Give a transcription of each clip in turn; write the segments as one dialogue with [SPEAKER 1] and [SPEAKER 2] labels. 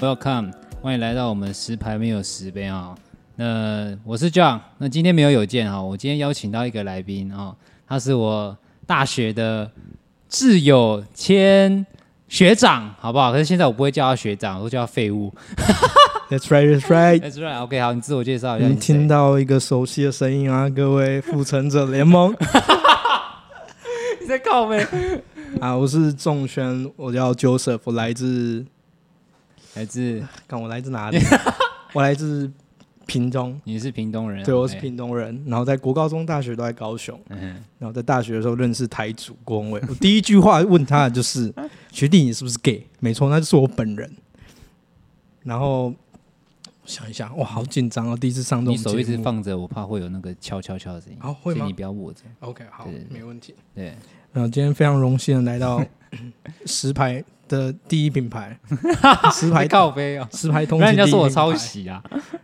[SPEAKER 1] Welcome，欢迎来到我们十排没有十杯啊、那我是 John，那今天没有有见啊、我今天邀请到一个来宾啊、他是我大学的挚友兼学长，好不好？可是现在我不会叫他学长，我都叫他废物。
[SPEAKER 2] That's right, that's right。
[SPEAKER 1] That's right，OK，、好，你自我介绍一下
[SPEAKER 2] 你
[SPEAKER 1] 你是谁。
[SPEAKER 2] 嗯听到一个熟悉的声 音啊，各位复仇者联盟
[SPEAKER 1] 你在告呗？
[SPEAKER 2] 啊，我是仲轩，我叫 Joseph，我来自，
[SPEAKER 1] 来自
[SPEAKER 2] 看我来 自哪里？我来自屏东，
[SPEAKER 1] 你是屏东人啊，
[SPEAKER 2] 对，我是
[SPEAKER 1] OK
[SPEAKER 2] 屏东人。然后在国高中、大学都在高雄，
[SPEAKER 1] 嗯
[SPEAKER 2] 然后在大学的时候认识台主郭文伟，我第一句话问他的 就是：“学弟，你是不是 gay？” 没错，那就是我本人。然后我想一想，哇，好紧张哦，第一次上这
[SPEAKER 1] 你
[SPEAKER 2] 种
[SPEAKER 1] 手一直
[SPEAKER 2] 节目
[SPEAKER 1] 放着，我怕会有那个敲敲敲的声音。
[SPEAKER 2] 好会
[SPEAKER 1] 所以
[SPEAKER 2] 吗
[SPEAKER 1] 你不要握着。
[SPEAKER 2] ，OK，好
[SPEAKER 1] 对对，对
[SPEAKER 2] 没问题。
[SPEAKER 1] 对，
[SPEAKER 2] 然后今天非常荣幸的 来到石牌的第一品牌，石牌
[SPEAKER 1] 还告杯哦，
[SPEAKER 2] 石牌通
[SPEAKER 1] 不
[SPEAKER 2] 缉
[SPEAKER 1] 然人家
[SPEAKER 2] 第一
[SPEAKER 1] 说我
[SPEAKER 2] 品牌
[SPEAKER 1] 抄。袭啊，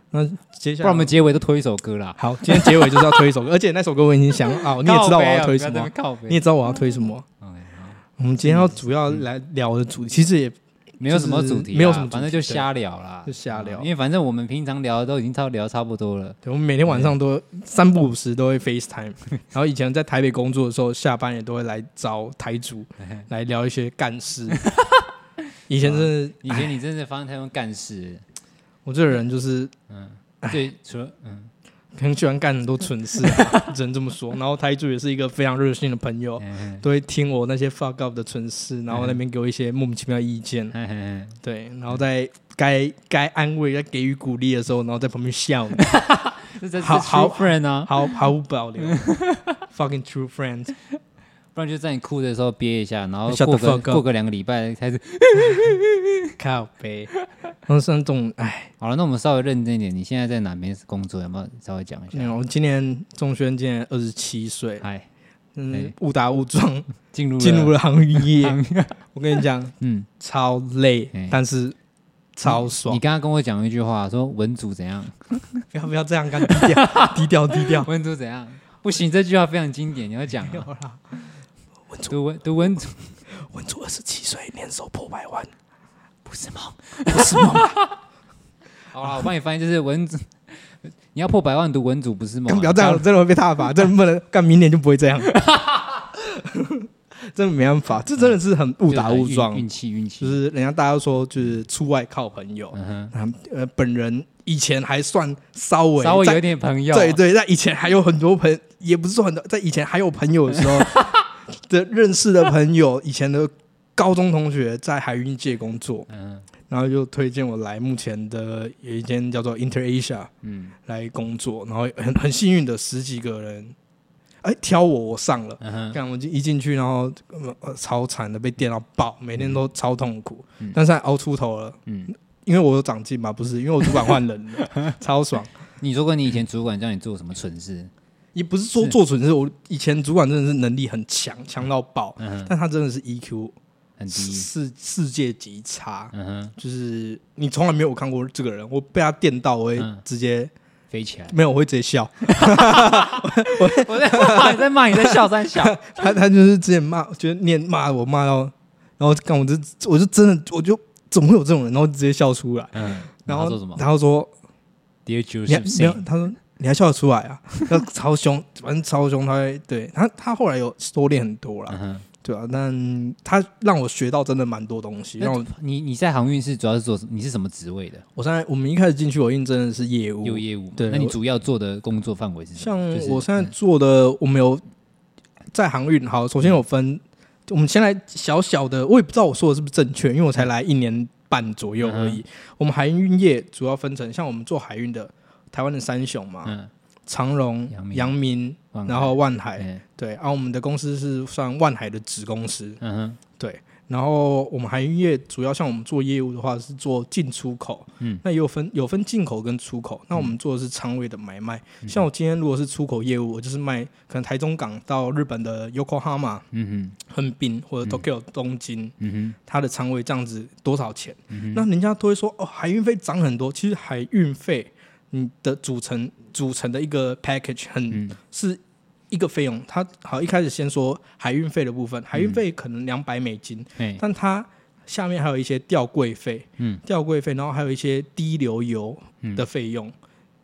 [SPEAKER 2] 那接
[SPEAKER 1] 不
[SPEAKER 2] 下来
[SPEAKER 1] 然我们结尾都推一首歌啦。
[SPEAKER 2] 好，今天结尾就是要推 一首歌，而且那首歌我已经想啊，你也知道我要推什么，
[SPEAKER 1] 告杯啊，
[SPEAKER 2] 你也知道我要推什么。
[SPEAKER 1] 不要在那边告杯。
[SPEAKER 2] 我们今天要主要来聊的主题，其实也
[SPEAKER 1] 没有什么主题啦，啊
[SPEAKER 2] 没有什么主题
[SPEAKER 1] 反正就瞎聊啦，嗯
[SPEAKER 2] 对就瞎聊
[SPEAKER 1] 因为反正我们平常聊的都已经差聊差不多了。
[SPEAKER 2] 对我们每天晚上都三不五时都 会 FaceTime，然后以前在台北工作的时候，下班也都会来找台主
[SPEAKER 1] 哎
[SPEAKER 2] 来聊一些干 事。以前真的，
[SPEAKER 1] 以前你真是发现他们干事，
[SPEAKER 2] 我这个人就是哎
[SPEAKER 1] 对，除了嗯，
[SPEAKER 2] 很喜欢干很多蠢 事、啊，只能这么说。然后台主也是一个非常热心的朋友，
[SPEAKER 1] 嗯
[SPEAKER 2] 都会听我那些 fuck up 的蠢事，然后那边给我一些莫名其妙的意见，
[SPEAKER 1] 嗯嗯
[SPEAKER 2] 对，然后在该该安慰、该给予鼓励的时候，然后在旁边笑 你，
[SPEAKER 1] 这这
[SPEAKER 2] 好好
[SPEAKER 1] f r i e n 啊，
[SPEAKER 2] 毫毫无保留，fucking true friend。
[SPEAKER 1] 不然就在你哭的时候憋一下，然后
[SPEAKER 2] Shut
[SPEAKER 1] 过
[SPEAKER 2] 哎 the
[SPEAKER 1] 个
[SPEAKER 2] fuck 啊 up
[SPEAKER 1] 过个两个礼拜开始。
[SPEAKER 2] 靠背，然后像这种，哎，
[SPEAKER 1] 好了，那我们稍微认真一点，你现在在哪边工作？有没有稍微讲一下？
[SPEAKER 2] 我今年仲轩今年二十七岁，
[SPEAKER 1] 嗨，
[SPEAKER 2] 嗯
[SPEAKER 1] 哎，
[SPEAKER 2] 误打误撞
[SPEAKER 1] 进入
[SPEAKER 2] 进入
[SPEAKER 1] 了，
[SPEAKER 2] 了航运业，我跟你讲，
[SPEAKER 1] 嗯，
[SPEAKER 2] 超累
[SPEAKER 1] 哎，
[SPEAKER 2] 但是超爽
[SPEAKER 1] 你。刚刚跟我讲一句话，说文组怎样？
[SPEAKER 2] 不要不要这样，干低 调低调低调。
[SPEAKER 1] 文组怎样？不行，这句话非常经典，你要讲、啊。
[SPEAKER 2] 啦，
[SPEAKER 1] 读文读文组
[SPEAKER 2] 文竹二十七岁，年收破百万，
[SPEAKER 1] 不是梦。
[SPEAKER 2] 不是梦啊，
[SPEAKER 1] 好了，我帮你翻译，就是文组， 你要破百万读文组不是梦、
[SPEAKER 2] 干
[SPEAKER 1] 啊。
[SPEAKER 2] 不要这样，真的会被踏伐，真的不能干，明年就不会这样。 真的没办法，这真的是很误打误
[SPEAKER 1] 嗯就是
[SPEAKER 2] 撞
[SPEAKER 1] 呃运，运气运气。
[SPEAKER 2] 就是人家大家说就是出外靠朋友，
[SPEAKER 1] 嗯哼，
[SPEAKER 2] 啊呃，本人以前还算稍微
[SPEAKER 1] 稍微有
[SPEAKER 2] 在
[SPEAKER 1] 一点朋友，啊
[SPEAKER 2] 对对，在以前还有很多朋，也不是说很多，在以前还有朋友的 时候的认识的朋友，以前的高中同学在海运界工作，
[SPEAKER 1] 嗯
[SPEAKER 2] 然后就推荐我来目前的有一间叫做 InterAsia
[SPEAKER 1] 嗯
[SPEAKER 2] 来工作，然后很很幸运的十几个人，哎挑我我上了，
[SPEAKER 1] 嗯哼，
[SPEAKER 2] 看我一进去，然后、呃呃超惨的被电到爆，每天都超痛苦，
[SPEAKER 1] 嗯
[SPEAKER 2] 但是还熬出头了，
[SPEAKER 1] 嗯，
[SPEAKER 2] 因为我有长进嘛，不是因为我主管换人 了，超爽。
[SPEAKER 1] 你说过你以前主管叫你做什么蠢事？
[SPEAKER 2] 也不是说做蠢事，我以前主管真的是能力很强，强到爆，
[SPEAKER 1] 嗯哼，
[SPEAKER 2] 但他真的是 EQ
[SPEAKER 1] 很低。
[SPEAKER 2] 世世界级差，
[SPEAKER 1] 嗯哼，
[SPEAKER 2] 就是你从来没有看过这个人，我被他电到，我会
[SPEAKER 1] 嗯
[SPEAKER 2] 直接、
[SPEAKER 1] 飞
[SPEAKER 2] ！
[SPEAKER 1] 起来
[SPEAKER 2] 没有，我会直接笑。
[SPEAKER 1] 我在骂你在骂你在笑三 小，
[SPEAKER 2] 他他就是之前骂，就是念骂我骂到，然后看我就我就真的我就怎么会有这种人，然后直接笑出来，
[SPEAKER 1] 嗯，
[SPEAKER 2] 然
[SPEAKER 1] 后
[SPEAKER 2] 后
[SPEAKER 1] 做什么
[SPEAKER 2] 然后说
[SPEAKER 1] ？Dear j u
[SPEAKER 2] 你还
[SPEAKER 1] s
[SPEAKER 2] 没有，他说你还笑得出来 啊？他超凶，反正超凶，他会对他他后来有收敛很多啦，
[SPEAKER 1] 嗯哼，
[SPEAKER 2] 对啊，但他让我学到真的蛮多东西，让我
[SPEAKER 1] 那你你在航运是主要是做什你是什么职位的？
[SPEAKER 2] 我现在我们一开始进去，我应征的是业务，
[SPEAKER 1] 有业务嘛？
[SPEAKER 2] 哦对
[SPEAKER 1] 那你
[SPEAKER 2] 我
[SPEAKER 1] 主要做的工作范围是什
[SPEAKER 2] 像
[SPEAKER 1] 么？就是
[SPEAKER 2] 我现在做的，我们有嗯在航运，好，首先有
[SPEAKER 1] 嗯
[SPEAKER 2] 分，我们先来小小的，我也不知道我说的是不是正确，因为我才来一年半左右而
[SPEAKER 1] 嗯
[SPEAKER 2] 已。我们海运业主要分成，像我们做海运的，台湾的三雄嘛，
[SPEAKER 1] 嗯，
[SPEAKER 2] 长荣
[SPEAKER 1] 阳、明
[SPEAKER 2] 阳明，
[SPEAKER 1] 万
[SPEAKER 2] 然后万海，
[SPEAKER 1] 哎
[SPEAKER 2] 对，啊然后我们的公司是算万海的子公司，
[SPEAKER 1] 嗯哼
[SPEAKER 2] 对。然后我们海运业主要像我们做业务的话是做进出口，
[SPEAKER 1] 嗯，
[SPEAKER 2] 那也有分有分进口跟出口。那我们做的是仓位的买卖，
[SPEAKER 1] 嗯
[SPEAKER 2] 像我今天如果是出口业务，我就是卖可能台中港到日本的 Yokohama、
[SPEAKER 1] 嗯
[SPEAKER 2] 横滨或者 Tokyo、东京，
[SPEAKER 1] 哼嗯
[SPEAKER 2] 它的仓位这样子多少钱？
[SPEAKER 1] 嗯哼
[SPEAKER 2] 那人家都会说哦，海运费涨很多。其实海运费你的组成组成的一个 package 很、
[SPEAKER 1] 嗯
[SPEAKER 2] 是一个费
[SPEAKER 1] 嗯
[SPEAKER 2] 用。它好一开始先说海运费的部分，海运费可能两百美金。
[SPEAKER 1] 哼，哎
[SPEAKER 2] 但它下面还有一些吊柜费，
[SPEAKER 1] 嗯，
[SPEAKER 2] 吊柜费，然后还有一些滴流油的费用，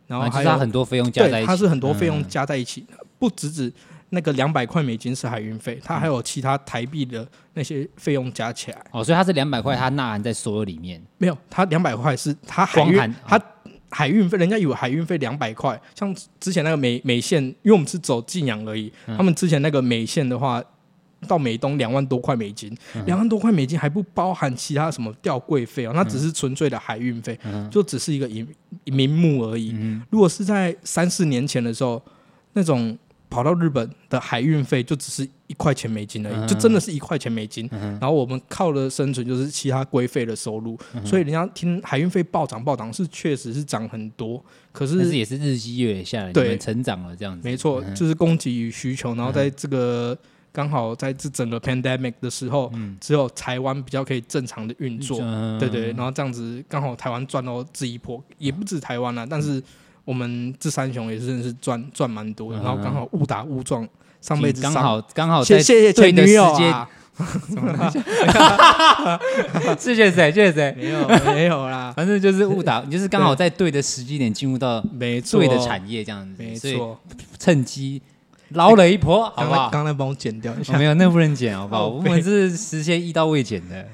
[SPEAKER 2] 然后
[SPEAKER 1] 啊就
[SPEAKER 2] 还
[SPEAKER 1] 是它
[SPEAKER 2] 有
[SPEAKER 1] 很多费用加在一
[SPEAKER 2] 对，
[SPEAKER 1] 起，
[SPEAKER 2] 它是很多费用
[SPEAKER 1] 嗯
[SPEAKER 2] 加在一起，不只指那个两百块美金是海运费，它还有其他台币的那些费用加起来，
[SPEAKER 1] 哦，所以它是两百块，它纳含在所有里面。
[SPEAKER 2] 没有，它两百块是它海
[SPEAKER 1] 光
[SPEAKER 2] 运
[SPEAKER 1] 盘，
[SPEAKER 2] 它海运费，人家以为海运费两百块，像之前那个美美线，因为我们是走晋阳而已，
[SPEAKER 1] 嗯
[SPEAKER 2] 他们之前那个美线的话。到美东两万多块美金，
[SPEAKER 1] 嗯
[SPEAKER 2] 两、万多块美金还不包含其他什么吊柜费
[SPEAKER 1] 嗯
[SPEAKER 2] 哦，那只是纯粹的海运费，就只是一个名名目而已。
[SPEAKER 1] 嗯
[SPEAKER 2] 如果是在三四年前的时候，那种跑到日本的海运费就只是一块钱美金而已，
[SPEAKER 1] 嗯
[SPEAKER 2] 就真的是一块钱美金。
[SPEAKER 1] 嗯
[SPEAKER 2] 然后我们靠的生存就是其他规费的收入，
[SPEAKER 1] 嗯
[SPEAKER 2] 所以人家听海运费暴涨暴涨是确实是涨很多，可
[SPEAKER 1] 但是
[SPEAKER 2] 是
[SPEAKER 1] 也是日积月累下来，你
[SPEAKER 2] 对
[SPEAKER 1] 们成长了这样子。
[SPEAKER 2] 没错，就是供给与需求，然
[SPEAKER 1] 嗯
[SPEAKER 2] 后在这个。刚好在这整个 pandemic 的时候，只有台湾比较可以正常的运作，
[SPEAKER 1] 嗯
[SPEAKER 2] 对对，然后这样子刚好台湾赚到这一波，也不止台湾啦、但是我们这三雄也真的是赚赚蛮多的，
[SPEAKER 1] 嗯嗯
[SPEAKER 2] 然后刚好误打误撞，上辈子
[SPEAKER 1] 刚
[SPEAKER 2] 上
[SPEAKER 1] 好刚好
[SPEAKER 2] 谢
[SPEAKER 1] 在
[SPEAKER 2] 谢谢
[SPEAKER 1] 对
[SPEAKER 2] 前
[SPEAKER 1] 的
[SPEAKER 2] 女
[SPEAKER 1] 时
[SPEAKER 2] 友
[SPEAKER 1] 间，
[SPEAKER 2] 啊，
[SPEAKER 1] 谢谢谁谢谢谁，
[SPEAKER 2] 没有 没有啦，
[SPEAKER 1] 反正就是误打，你就是刚好在对的时机点进入到
[SPEAKER 2] 没错，
[SPEAKER 1] 对的产业这样子，
[SPEAKER 2] 没
[SPEAKER 1] 所以
[SPEAKER 2] 错，
[SPEAKER 1] 趁机捞了一波，好
[SPEAKER 2] 刚
[SPEAKER 1] 不
[SPEAKER 2] 才
[SPEAKER 1] 好？
[SPEAKER 2] 刚才帮我剪掉一
[SPEAKER 1] 哦
[SPEAKER 2] 下
[SPEAKER 1] 没，有，那不能剪，好 不好？
[SPEAKER 2] 靠
[SPEAKER 1] 我
[SPEAKER 2] 背
[SPEAKER 1] 们是实现一刀未剪的，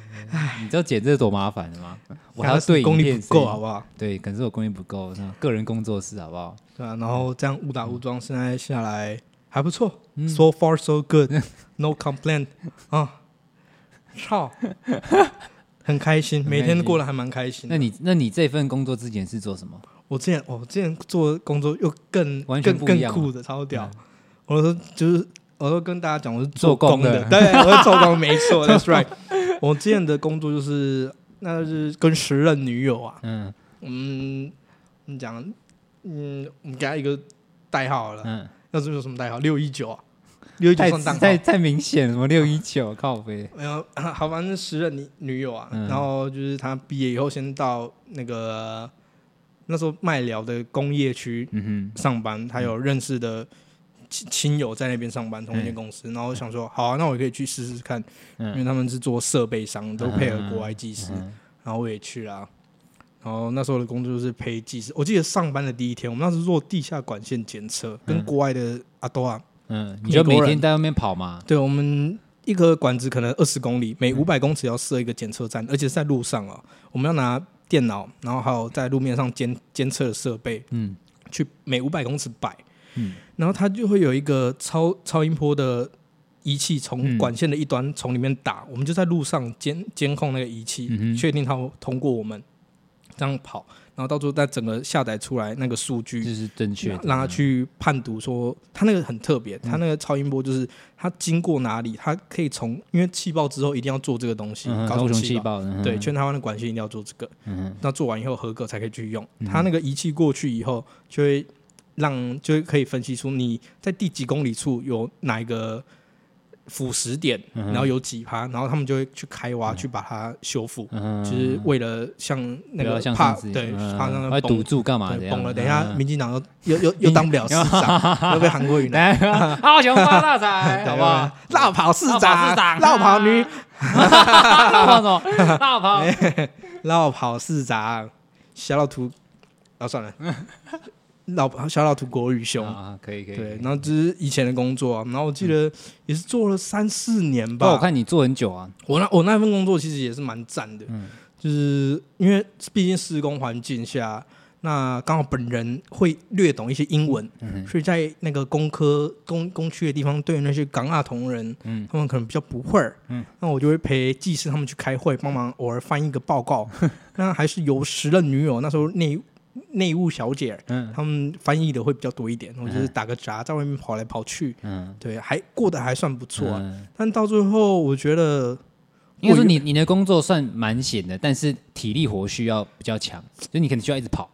[SPEAKER 1] 你知道剪这多麻烦的吗？我还要对影
[SPEAKER 2] 功力
[SPEAKER 1] 片
[SPEAKER 2] 不够啊
[SPEAKER 1] 声
[SPEAKER 2] 好不好？
[SPEAKER 1] 对，可是我功力不够，那个人工作室好不好？
[SPEAKER 2] 对啊，然后这样误打误撞，现在下来还不错，so
[SPEAKER 1] 嗯
[SPEAKER 2] far so good，no complaint 啊，操，很开心，每
[SPEAKER 1] 很开
[SPEAKER 2] 天
[SPEAKER 1] 心
[SPEAKER 2] 过得还蛮开心的
[SPEAKER 1] 那。你那你这份工作之前是做什么？
[SPEAKER 2] 我之前哦，我之前做工作又更
[SPEAKER 1] 完全
[SPEAKER 2] 更
[SPEAKER 1] 不一
[SPEAKER 2] 更
[SPEAKER 1] 样啊嗯
[SPEAKER 2] 酷的，超屌。我说就是，我都跟大家讲，我是
[SPEAKER 1] 做工
[SPEAKER 2] 工
[SPEAKER 1] 的
[SPEAKER 2] 对，我是做工，没错，That's right。我之前的工作就是，那就是跟时任女友啊，
[SPEAKER 1] 嗯
[SPEAKER 2] 嗯，你讲，嗯，我们给她一个代号好了，
[SPEAKER 1] 嗯，
[SPEAKER 2] 要是有什么代号？六一九啊，六一九
[SPEAKER 1] 太
[SPEAKER 2] 算代号
[SPEAKER 1] 太太明显了，什么六一九 靠背，
[SPEAKER 2] 没有，呃 好，反正时任女女友啊，
[SPEAKER 1] 嗯
[SPEAKER 2] 然后就是她毕业以后，先到那个那时候麦寮的工业区
[SPEAKER 1] 嗯
[SPEAKER 2] 上班，他有认识的亲亲友在那边上班，同一间公司，然后我想说，好啊，那我也可以去试试看，
[SPEAKER 1] 嗯
[SPEAKER 2] 因为他们是做设备商，都配合国外技师，
[SPEAKER 1] 哼，嗯
[SPEAKER 2] 然后我也去啦。然后那时候的工作就是陪技师，我记得上班的第一天，我们那时候做地下管线检测，跟国外的阿多啊，
[SPEAKER 1] 嗯，你就每天在外面跑嘛？
[SPEAKER 2] 对我们。一个管子可能二十公里，
[SPEAKER 1] 嗯
[SPEAKER 2] 每五百公尺要设一个检测站，而且是在路上哦。我们要拿电脑，然后还有在路面上监监测的设备，
[SPEAKER 1] 嗯
[SPEAKER 2] 去每五百公尺摆，
[SPEAKER 1] 嗯
[SPEAKER 2] 然后它就会有一个超超音波的仪器
[SPEAKER 1] 嗯
[SPEAKER 2] 从管线的一端从里面打，我们就在路上监监控那个仪器，
[SPEAKER 1] 嗯哼
[SPEAKER 2] 确定它通过我们这样跑，然后到最后再整个下载出来那个数
[SPEAKER 1] 就
[SPEAKER 2] 据，
[SPEAKER 1] 是正确的，啊嗯
[SPEAKER 2] 让它去判读说它那个很特别，它那个超音波就是它经过哪里，它可以从因为气爆之后一定要做这个东西，
[SPEAKER 1] 嗯哼
[SPEAKER 2] 高
[SPEAKER 1] 高雄
[SPEAKER 2] 气
[SPEAKER 1] 气。爆，嗯哼
[SPEAKER 2] 对，全台湾的管线一定要做这个，
[SPEAKER 1] 嗯
[SPEAKER 2] 那做完以后合格才可以去用。它那个仪器过去以后，就会让就会可以分析出你在第几公里处有哪一个腐蚀点，
[SPEAKER 1] 嗯哼
[SPEAKER 2] 然后有几趴，然后他们就会去开挖、去把它修复，
[SPEAKER 1] 嗯
[SPEAKER 2] 就是为了像那
[SPEAKER 1] 不要
[SPEAKER 2] 个
[SPEAKER 1] 像
[SPEAKER 2] 怕
[SPEAKER 1] 上次
[SPEAKER 2] 对
[SPEAKER 1] 嗯
[SPEAKER 2] 怕那
[SPEAKER 1] 会
[SPEAKER 2] 个
[SPEAKER 1] 堵
[SPEAKER 2] 崩
[SPEAKER 1] 住干嘛这
[SPEAKER 2] 对
[SPEAKER 1] 样？
[SPEAKER 2] 崩了，等一下
[SPEAKER 1] 嗯
[SPEAKER 2] 民进党又又又又当不了市 长，又被韩国瑜拿。
[SPEAKER 1] 来， 高雄发大 财， 好不好？
[SPEAKER 2] 绕跑市
[SPEAKER 1] 啊绕跑市
[SPEAKER 2] 长，
[SPEAKER 1] 长
[SPEAKER 2] 绕跑女，
[SPEAKER 1] 大跑什 么？大跑
[SPEAKER 2] 绕跑市长，小老图，啊 算了，老小老图国语兄，
[SPEAKER 1] 啊，可以可以。
[SPEAKER 2] 对，然后这是以前的工作、啊，然后我记得也是做了三四年
[SPEAKER 1] 不然
[SPEAKER 2] 吧。
[SPEAKER 1] 我看你做很久啊，
[SPEAKER 2] 我那我那份工作其实也是蛮赞的，
[SPEAKER 1] 嗯
[SPEAKER 2] 就是因为毕竟施工环境下，那刚好本人会略懂一些英文，
[SPEAKER 1] 嗯
[SPEAKER 2] 所以在那个工科工工区的地方，对那些港澳同仁，
[SPEAKER 1] 嗯
[SPEAKER 2] 他们可能比较不会儿，
[SPEAKER 1] 嗯
[SPEAKER 2] 那我就会陪技师他们去开会，帮忙偶尔翻译个报 告，那还是由时任女友那时候内内务小姐，
[SPEAKER 1] 嗯
[SPEAKER 2] 他们翻译的会比较多一点，我就是打个杂，在外面跑来跑去，
[SPEAKER 1] 嗯，
[SPEAKER 2] 对，还过得还算不错、啊。
[SPEAKER 1] 嗯
[SPEAKER 2] 但到最后，我觉得
[SPEAKER 1] 应该说你你的工作算蛮闲的，但是体力活需要比较强，就你可能需要一直跑。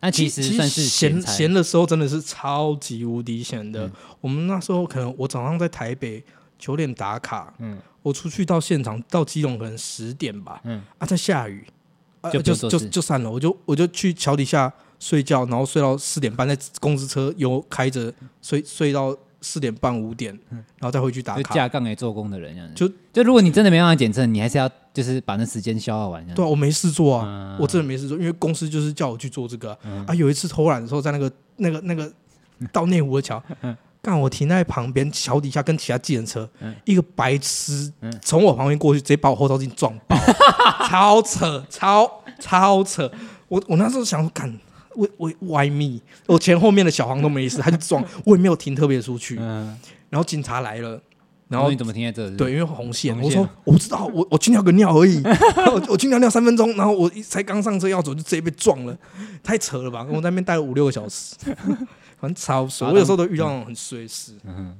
[SPEAKER 1] 那其实
[SPEAKER 2] 其
[SPEAKER 1] 算是
[SPEAKER 2] 实闲
[SPEAKER 1] 才
[SPEAKER 2] 闲的时候真的是超级无敌闲的。
[SPEAKER 1] 嗯
[SPEAKER 2] 我们那时候可能我早上在台北九点打卡，
[SPEAKER 1] 嗯
[SPEAKER 2] 我出去到现场到基隆可能十点吧，
[SPEAKER 1] 嗯
[SPEAKER 2] 啊，在下雨，啊、
[SPEAKER 1] 就不
[SPEAKER 2] 就
[SPEAKER 1] 用做
[SPEAKER 2] 就
[SPEAKER 1] 事
[SPEAKER 2] 就散了，我就我就去桥底下睡觉，然后睡到四点半，在公司车由开着睡睡到四点半五点，然后再回去打
[SPEAKER 1] 嗯就
[SPEAKER 2] 卡。
[SPEAKER 1] 架杠给做工的人这样子。
[SPEAKER 2] 就
[SPEAKER 1] 就就如果你真的没办法检测，你还是要就是把那时间消耗完这样子。
[SPEAKER 2] 对啊，我没事做啊，
[SPEAKER 1] 嗯
[SPEAKER 2] 我真的没事做，因为公司就是叫我去做这个啊。啊有一次偷懒的时候，在那个那个 那个到内湖的桥，干我停在旁边桥底下跟其他计程车，一个白痴
[SPEAKER 1] 嗯
[SPEAKER 2] 从我旁边过去，直接把我后照镜撞 爆，超扯，超超扯。我我那时候想说，干。我我 why me？我前后面的小黄都没事，他就撞，我也没有停特别出去。
[SPEAKER 1] 嗯，
[SPEAKER 2] 然后警察来了，然
[SPEAKER 1] 然
[SPEAKER 2] 后
[SPEAKER 1] 后你怎么停在这？是不
[SPEAKER 2] 对，
[SPEAKER 1] 是，
[SPEAKER 2] 因为红线，
[SPEAKER 1] 红
[SPEAKER 2] 我
[SPEAKER 1] 线
[SPEAKER 2] 说我不知道，我我去尿个尿而已， 我我去尿尿三分钟，然后我一才刚上车要走就直接被撞了，太扯了吧！我在那边待了五六个小时， 反正超衰。我有时候都遇到那种很呃衰事。
[SPEAKER 1] 嗯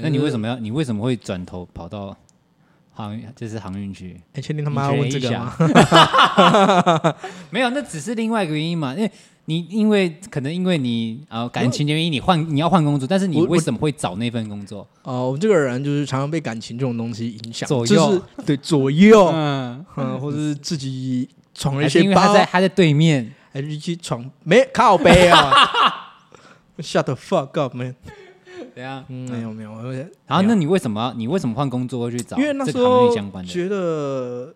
[SPEAKER 1] 那你为什么要？你为什么会转头跑到航运就是航运去？
[SPEAKER 2] 哎，确定他妈要问这个吗？
[SPEAKER 1] 没有，那只是另外一个原因嘛，因为。你因为可能因为你呃感情的原因，你换你要换工作，但是你
[SPEAKER 2] 我我
[SPEAKER 1] 为什么会找那份工作？
[SPEAKER 2] 哦，我这个人就是常常被感情这种东西影响，
[SPEAKER 1] 左
[SPEAKER 2] 就
[SPEAKER 1] 右
[SPEAKER 2] 是对左右，
[SPEAKER 1] 嗯，
[SPEAKER 2] 嗯，或者是自己闯了一
[SPEAKER 1] 还是因
[SPEAKER 2] 些
[SPEAKER 1] 为
[SPEAKER 2] 包
[SPEAKER 1] 他，在他在对面，
[SPEAKER 2] 还是去闯没靠背啊 ？Shut the fuck up, man！
[SPEAKER 1] 对啊。
[SPEAKER 2] 嗯，没有没有，我
[SPEAKER 1] 然后
[SPEAKER 2] 没有
[SPEAKER 1] 那你为什么要你为什么换工作会去找
[SPEAKER 2] 因为那
[SPEAKER 1] 这
[SPEAKER 2] 时
[SPEAKER 1] 个行
[SPEAKER 2] 候
[SPEAKER 1] 业相关的？
[SPEAKER 2] 觉得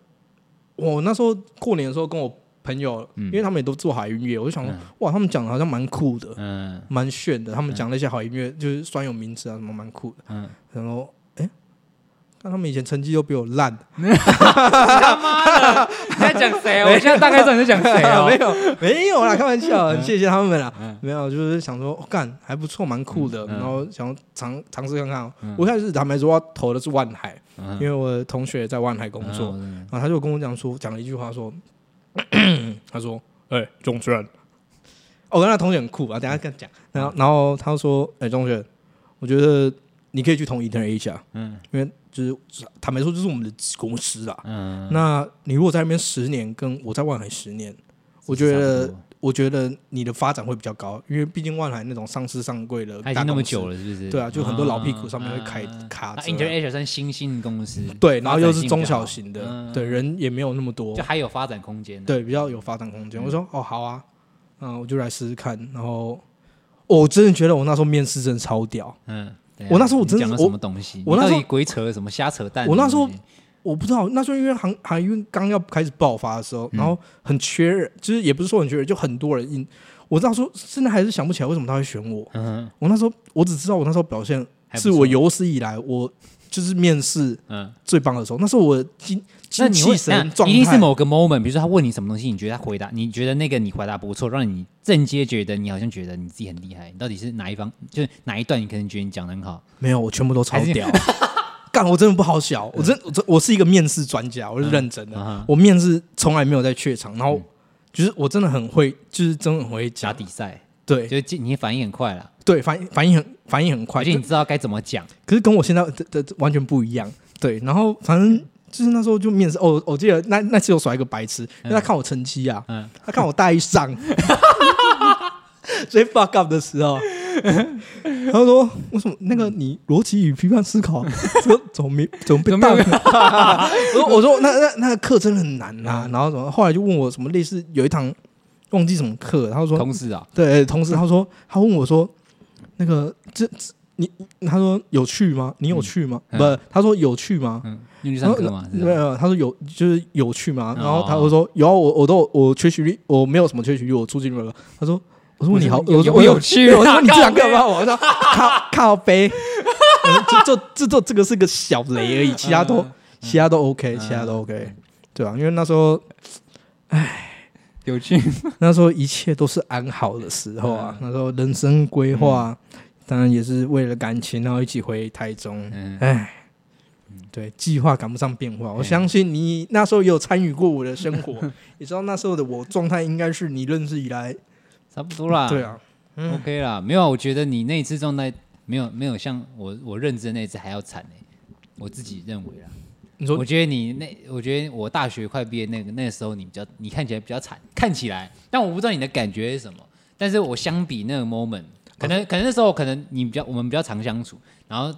[SPEAKER 2] 我那时候过年的时候跟我朋友，
[SPEAKER 1] 嗯
[SPEAKER 2] 因为他们也都做海音乐，我就想说，
[SPEAKER 1] 嗯
[SPEAKER 2] 哇，他们讲的好像蛮酷的，
[SPEAKER 1] 嗯
[SPEAKER 2] 蛮炫的。他们讲那些好音乐，就是专有名词啊什么，蛮酷的。
[SPEAKER 1] 嗯，
[SPEAKER 2] 然后，哎，看他们以前成绩都比我烂，
[SPEAKER 1] 他妈的，你在讲谁？哦我现在大概知道你在讲谁哦。
[SPEAKER 2] 没有没有啦，开玩
[SPEAKER 1] 嗯
[SPEAKER 2] 笑，谢谢他们啦。没有，就是想说，哦干还不错，蛮酷的。
[SPEAKER 1] 嗯嗯
[SPEAKER 2] 然后想要尝尝试看看
[SPEAKER 1] 嗯。
[SPEAKER 2] 我一开始坦白说，我投的是万海，
[SPEAKER 1] 嗯
[SPEAKER 2] 因为我的同学在万海工作。
[SPEAKER 1] 嗯
[SPEAKER 2] 然后他就跟我讲说，讲了一句话说，他说：“哎、钟轩，我跟他同学很酷啊，等一下跟他讲。”然后，然后他说：“哎、钟轩，我觉得你可以去同 Inter A 一下，
[SPEAKER 1] 嗯
[SPEAKER 2] 因为就是坦白说，这是我们的子公司啦。
[SPEAKER 1] 嗯，
[SPEAKER 2] 那你如果在那边十年，跟我在万海十年，我觉
[SPEAKER 1] 差不
[SPEAKER 2] 得
[SPEAKER 1] 多
[SPEAKER 2] 我觉得你的发展会比较高，因为毕竟万海那种上市上柜的
[SPEAKER 1] 他
[SPEAKER 2] 大
[SPEAKER 1] 已经那么
[SPEAKER 2] 公司
[SPEAKER 1] 久，了，是不是？
[SPEAKER 2] 对啊就很多老屁股上面会开
[SPEAKER 1] 嗯
[SPEAKER 2] 卡
[SPEAKER 1] 那
[SPEAKER 2] 着啊
[SPEAKER 1] Interasia 算新兴公司，
[SPEAKER 2] 对，然后又
[SPEAKER 1] 发展性
[SPEAKER 2] 是
[SPEAKER 1] 比较
[SPEAKER 2] 中小
[SPEAKER 1] 好
[SPEAKER 2] 型的，
[SPEAKER 1] 嗯
[SPEAKER 2] 对，人也没有那么多，
[SPEAKER 1] 就还有发展空间啊的。
[SPEAKER 2] 对，比较有发展空间。我说哦，好啊，嗯，我就来试试看。然后、哦我真的觉得我那时候面试真的超屌，
[SPEAKER 1] 嗯，对啊
[SPEAKER 2] 我那时候我
[SPEAKER 1] 你
[SPEAKER 2] 真的
[SPEAKER 1] 讲了
[SPEAKER 2] 我
[SPEAKER 1] 什么东西？
[SPEAKER 2] 我
[SPEAKER 1] 你
[SPEAKER 2] 那时
[SPEAKER 1] 到
[SPEAKER 2] 候
[SPEAKER 1] 底鬼扯了什么瞎扯淡？
[SPEAKER 2] 我那时候我不知道那时候因为航航运刚要开始爆发的时候，然后
[SPEAKER 1] 嗯
[SPEAKER 2] 很缺人，就是也不是说很缺人，就很多人应。我那时候现在还是想不起来为什么他会选我。
[SPEAKER 1] 嗯
[SPEAKER 2] 我那时候我只知道我那时候表现
[SPEAKER 1] 还不
[SPEAKER 2] 是我
[SPEAKER 1] 错
[SPEAKER 2] 有史以来我就是面试
[SPEAKER 1] 嗯，
[SPEAKER 2] 最棒的时候，那是我精
[SPEAKER 1] 那
[SPEAKER 2] 精
[SPEAKER 1] 你
[SPEAKER 2] 气
[SPEAKER 1] 会
[SPEAKER 2] 神
[SPEAKER 1] 那
[SPEAKER 2] 状
[SPEAKER 1] 一定是
[SPEAKER 2] 态。
[SPEAKER 1] 某个 moment，比如说他问你什么东西，你觉得他回答，你觉得那个你回答不错，让你正接觉得你好像觉得你自己很厉害，你到底是哪一方？就是哪一段你可能觉得你讲的很好？
[SPEAKER 2] 没有，我全部都超
[SPEAKER 1] 还是嗯
[SPEAKER 2] 屌。干，我真的不好笑，我真我真我是一个面试专家，我是认真的。
[SPEAKER 1] 啊哈，
[SPEAKER 2] 我面试从来没有在怯场，
[SPEAKER 1] 嗯
[SPEAKER 2] 然后就是我真的很会，就是真的很会
[SPEAKER 1] 假
[SPEAKER 2] 讲，
[SPEAKER 1] 比赛，
[SPEAKER 2] 对
[SPEAKER 1] 就是你反应很快啦，
[SPEAKER 2] 对，反应反应很反应很快，
[SPEAKER 1] 而且
[SPEAKER 2] 就
[SPEAKER 1] 你知道该怎么讲。
[SPEAKER 2] 可是跟我现在的的完全不一样，对，然后反正。就是那时候就面试，哦，我我记得那那次有甩一个白痴，因为他看我成绩啊，
[SPEAKER 1] 嗯
[SPEAKER 2] 他看我大一上， 所以 fuck up 的时候， 他说为什么那个你逻辑与批判思考 怎么怎么没怎么被
[SPEAKER 1] 怎么
[SPEAKER 2] 当
[SPEAKER 1] 没有？
[SPEAKER 2] 我说我说那那那个课真的很难啊，然后什么后来就问我什么类似有一堂忘记什么课，他说
[SPEAKER 1] 同事啊，
[SPEAKER 2] 对，同时他说他问我说那个这这你他说有趣吗？你有趣吗？
[SPEAKER 1] 嗯
[SPEAKER 2] 不，他说有趣吗？
[SPEAKER 1] 嗯，你去
[SPEAKER 2] 然
[SPEAKER 1] 上
[SPEAKER 2] 后
[SPEAKER 1] 课嘛？是
[SPEAKER 2] 没
[SPEAKER 1] 吧
[SPEAKER 2] 有，他说有，就是有趣嘛。
[SPEAKER 1] 哦
[SPEAKER 2] 然后他就说有啊，我我都有我缺席率，我没有什么缺席率，我出进了。他说，我说你好，
[SPEAKER 1] 有
[SPEAKER 2] 我说
[SPEAKER 1] 有
[SPEAKER 2] 我
[SPEAKER 1] 有趣
[SPEAKER 2] 我说你这
[SPEAKER 1] 靠
[SPEAKER 2] 堂课
[SPEAKER 1] 背
[SPEAKER 2] 吗？我说靠靠背，我说这这这这这个是个小雷而已，其他都其他都 OK，
[SPEAKER 1] 嗯
[SPEAKER 2] 其他都 OK，对啊，因为那时候
[SPEAKER 1] 有趣，
[SPEAKER 2] 那时候一切都是安好的时候
[SPEAKER 1] 嗯
[SPEAKER 2] 啊，那时候人生规划，当然也是为了感情，然后一起回台中。
[SPEAKER 1] 嗯，
[SPEAKER 2] 哎，对，计划赶不上变化。我相信你那时候也有参与过我的生 活，也知道那时候的我状态应该是你认识以来，
[SPEAKER 1] 差不多啦。
[SPEAKER 2] 对啊，嗯，
[SPEAKER 1] ，OK 啦，没有啊，我觉得你那一次状态没有没有像我我认知的那一次还要惨欸我自己认为啦。
[SPEAKER 2] 你说
[SPEAKER 1] 我觉得你那，我觉得我大学快毕业那个那时候，你比较，你看起来比较惨，看起来，但我不知道你的感觉是什么。但是我相比那个 moment，可
[SPEAKER 2] 哦
[SPEAKER 1] 能、可能那时候可能你比较，我们比较常相处，然后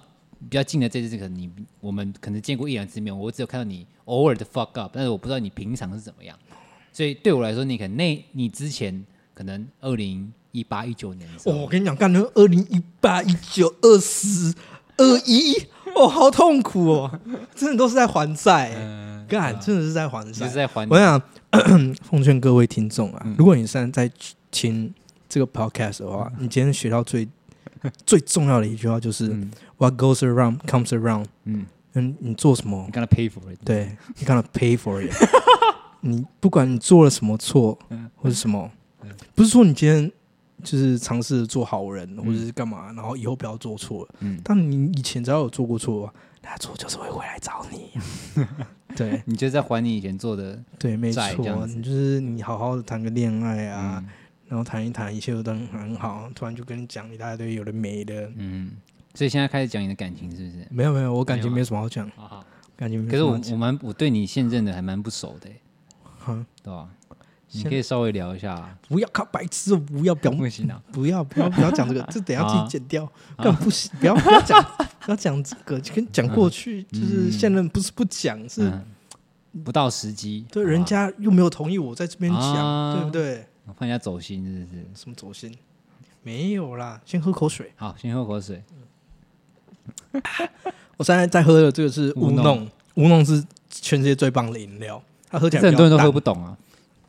[SPEAKER 1] 比较近的这次，可能你我们可能见过一两次面，我只有看到你偶尔的 fuck up，但是我不知道你平常是怎么样。所以对我来说，你可能那你之前可能二零一八一九年的时
[SPEAKER 2] 哦，
[SPEAKER 1] 候，
[SPEAKER 2] 我跟你讲，干了二零一八、一九、二十、二一，哦，好痛苦哦，真的都是在还债、
[SPEAKER 1] 嗯
[SPEAKER 2] 干，真的是在还
[SPEAKER 1] 你是
[SPEAKER 2] 债。
[SPEAKER 1] 在还
[SPEAKER 2] 我想 奉劝各位听众
[SPEAKER 1] 嗯
[SPEAKER 2] 啊，如果你现在在听这个 podcast 的话，你今天学 到最最重要的一句话就是、
[SPEAKER 1] 嗯
[SPEAKER 2] “What goes around comes around”。
[SPEAKER 1] 嗯，
[SPEAKER 2] 嗯，你做什么
[SPEAKER 1] 你，跟他 pay for it，
[SPEAKER 2] 对你 gonna pay for it。你不管你做了什么错
[SPEAKER 1] 嗯
[SPEAKER 2] 或者什么
[SPEAKER 1] 嗯，
[SPEAKER 2] 不是说你今天就是尝试做好人或者是干嘛，然后以后不要做错了。
[SPEAKER 1] 嗯，
[SPEAKER 2] 但你以前只要有做过错的话，他错就是会回来找你。啊 对
[SPEAKER 1] 你就在还你以前做的
[SPEAKER 2] 对，没
[SPEAKER 1] 在这样
[SPEAKER 2] 错，
[SPEAKER 1] 子
[SPEAKER 2] 你就是你好好的谈个恋爱啊，
[SPEAKER 1] 嗯
[SPEAKER 2] 然后谈一谈，一切都很很好，突然就跟你讲一大堆有的没的。
[SPEAKER 1] 嗯，所以现在开始讲你的感情是不是？
[SPEAKER 2] 没有没有，我感情
[SPEAKER 1] 没有啊
[SPEAKER 2] 没有什么好讲，
[SPEAKER 1] 好好，
[SPEAKER 2] 感情没
[SPEAKER 1] 可是
[SPEAKER 2] 有什么
[SPEAKER 1] 我
[SPEAKER 2] 好讲。
[SPEAKER 1] 我蛮我对你现任的还蛮不熟的欸，
[SPEAKER 2] 哈
[SPEAKER 1] 对吧？你
[SPEAKER 2] 现
[SPEAKER 1] 可以稍微聊一下啊，
[SPEAKER 2] 不要靠白痴，不要表
[SPEAKER 1] 不行啊，
[SPEAKER 2] 不 要不要不要讲这个，这等一下自
[SPEAKER 1] 啊
[SPEAKER 2] 己剪掉，更不行，不要不要讲不要讲这个，就跟讲过去，就是现任不是不讲，是
[SPEAKER 1] 嗯不到时机，
[SPEAKER 2] 对
[SPEAKER 1] 好吧
[SPEAKER 2] 人家又没有同意我在这边
[SPEAKER 1] 啊
[SPEAKER 2] 讲，对不对？
[SPEAKER 1] 怕人家走心是不是？
[SPEAKER 2] 什么走心？没有啦，先喝口水。
[SPEAKER 1] 好，先喝口水，
[SPEAKER 2] 我现在在喝的这个是乌
[SPEAKER 1] 乌
[SPEAKER 2] 弄
[SPEAKER 1] 弄，
[SPEAKER 2] 乌弄是全世界最棒的饮料，它喝起
[SPEAKER 1] 这
[SPEAKER 2] 来比
[SPEAKER 1] 很多
[SPEAKER 2] 较
[SPEAKER 1] 人都
[SPEAKER 2] 淡
[SPEAKER 1] 喝不懂啊。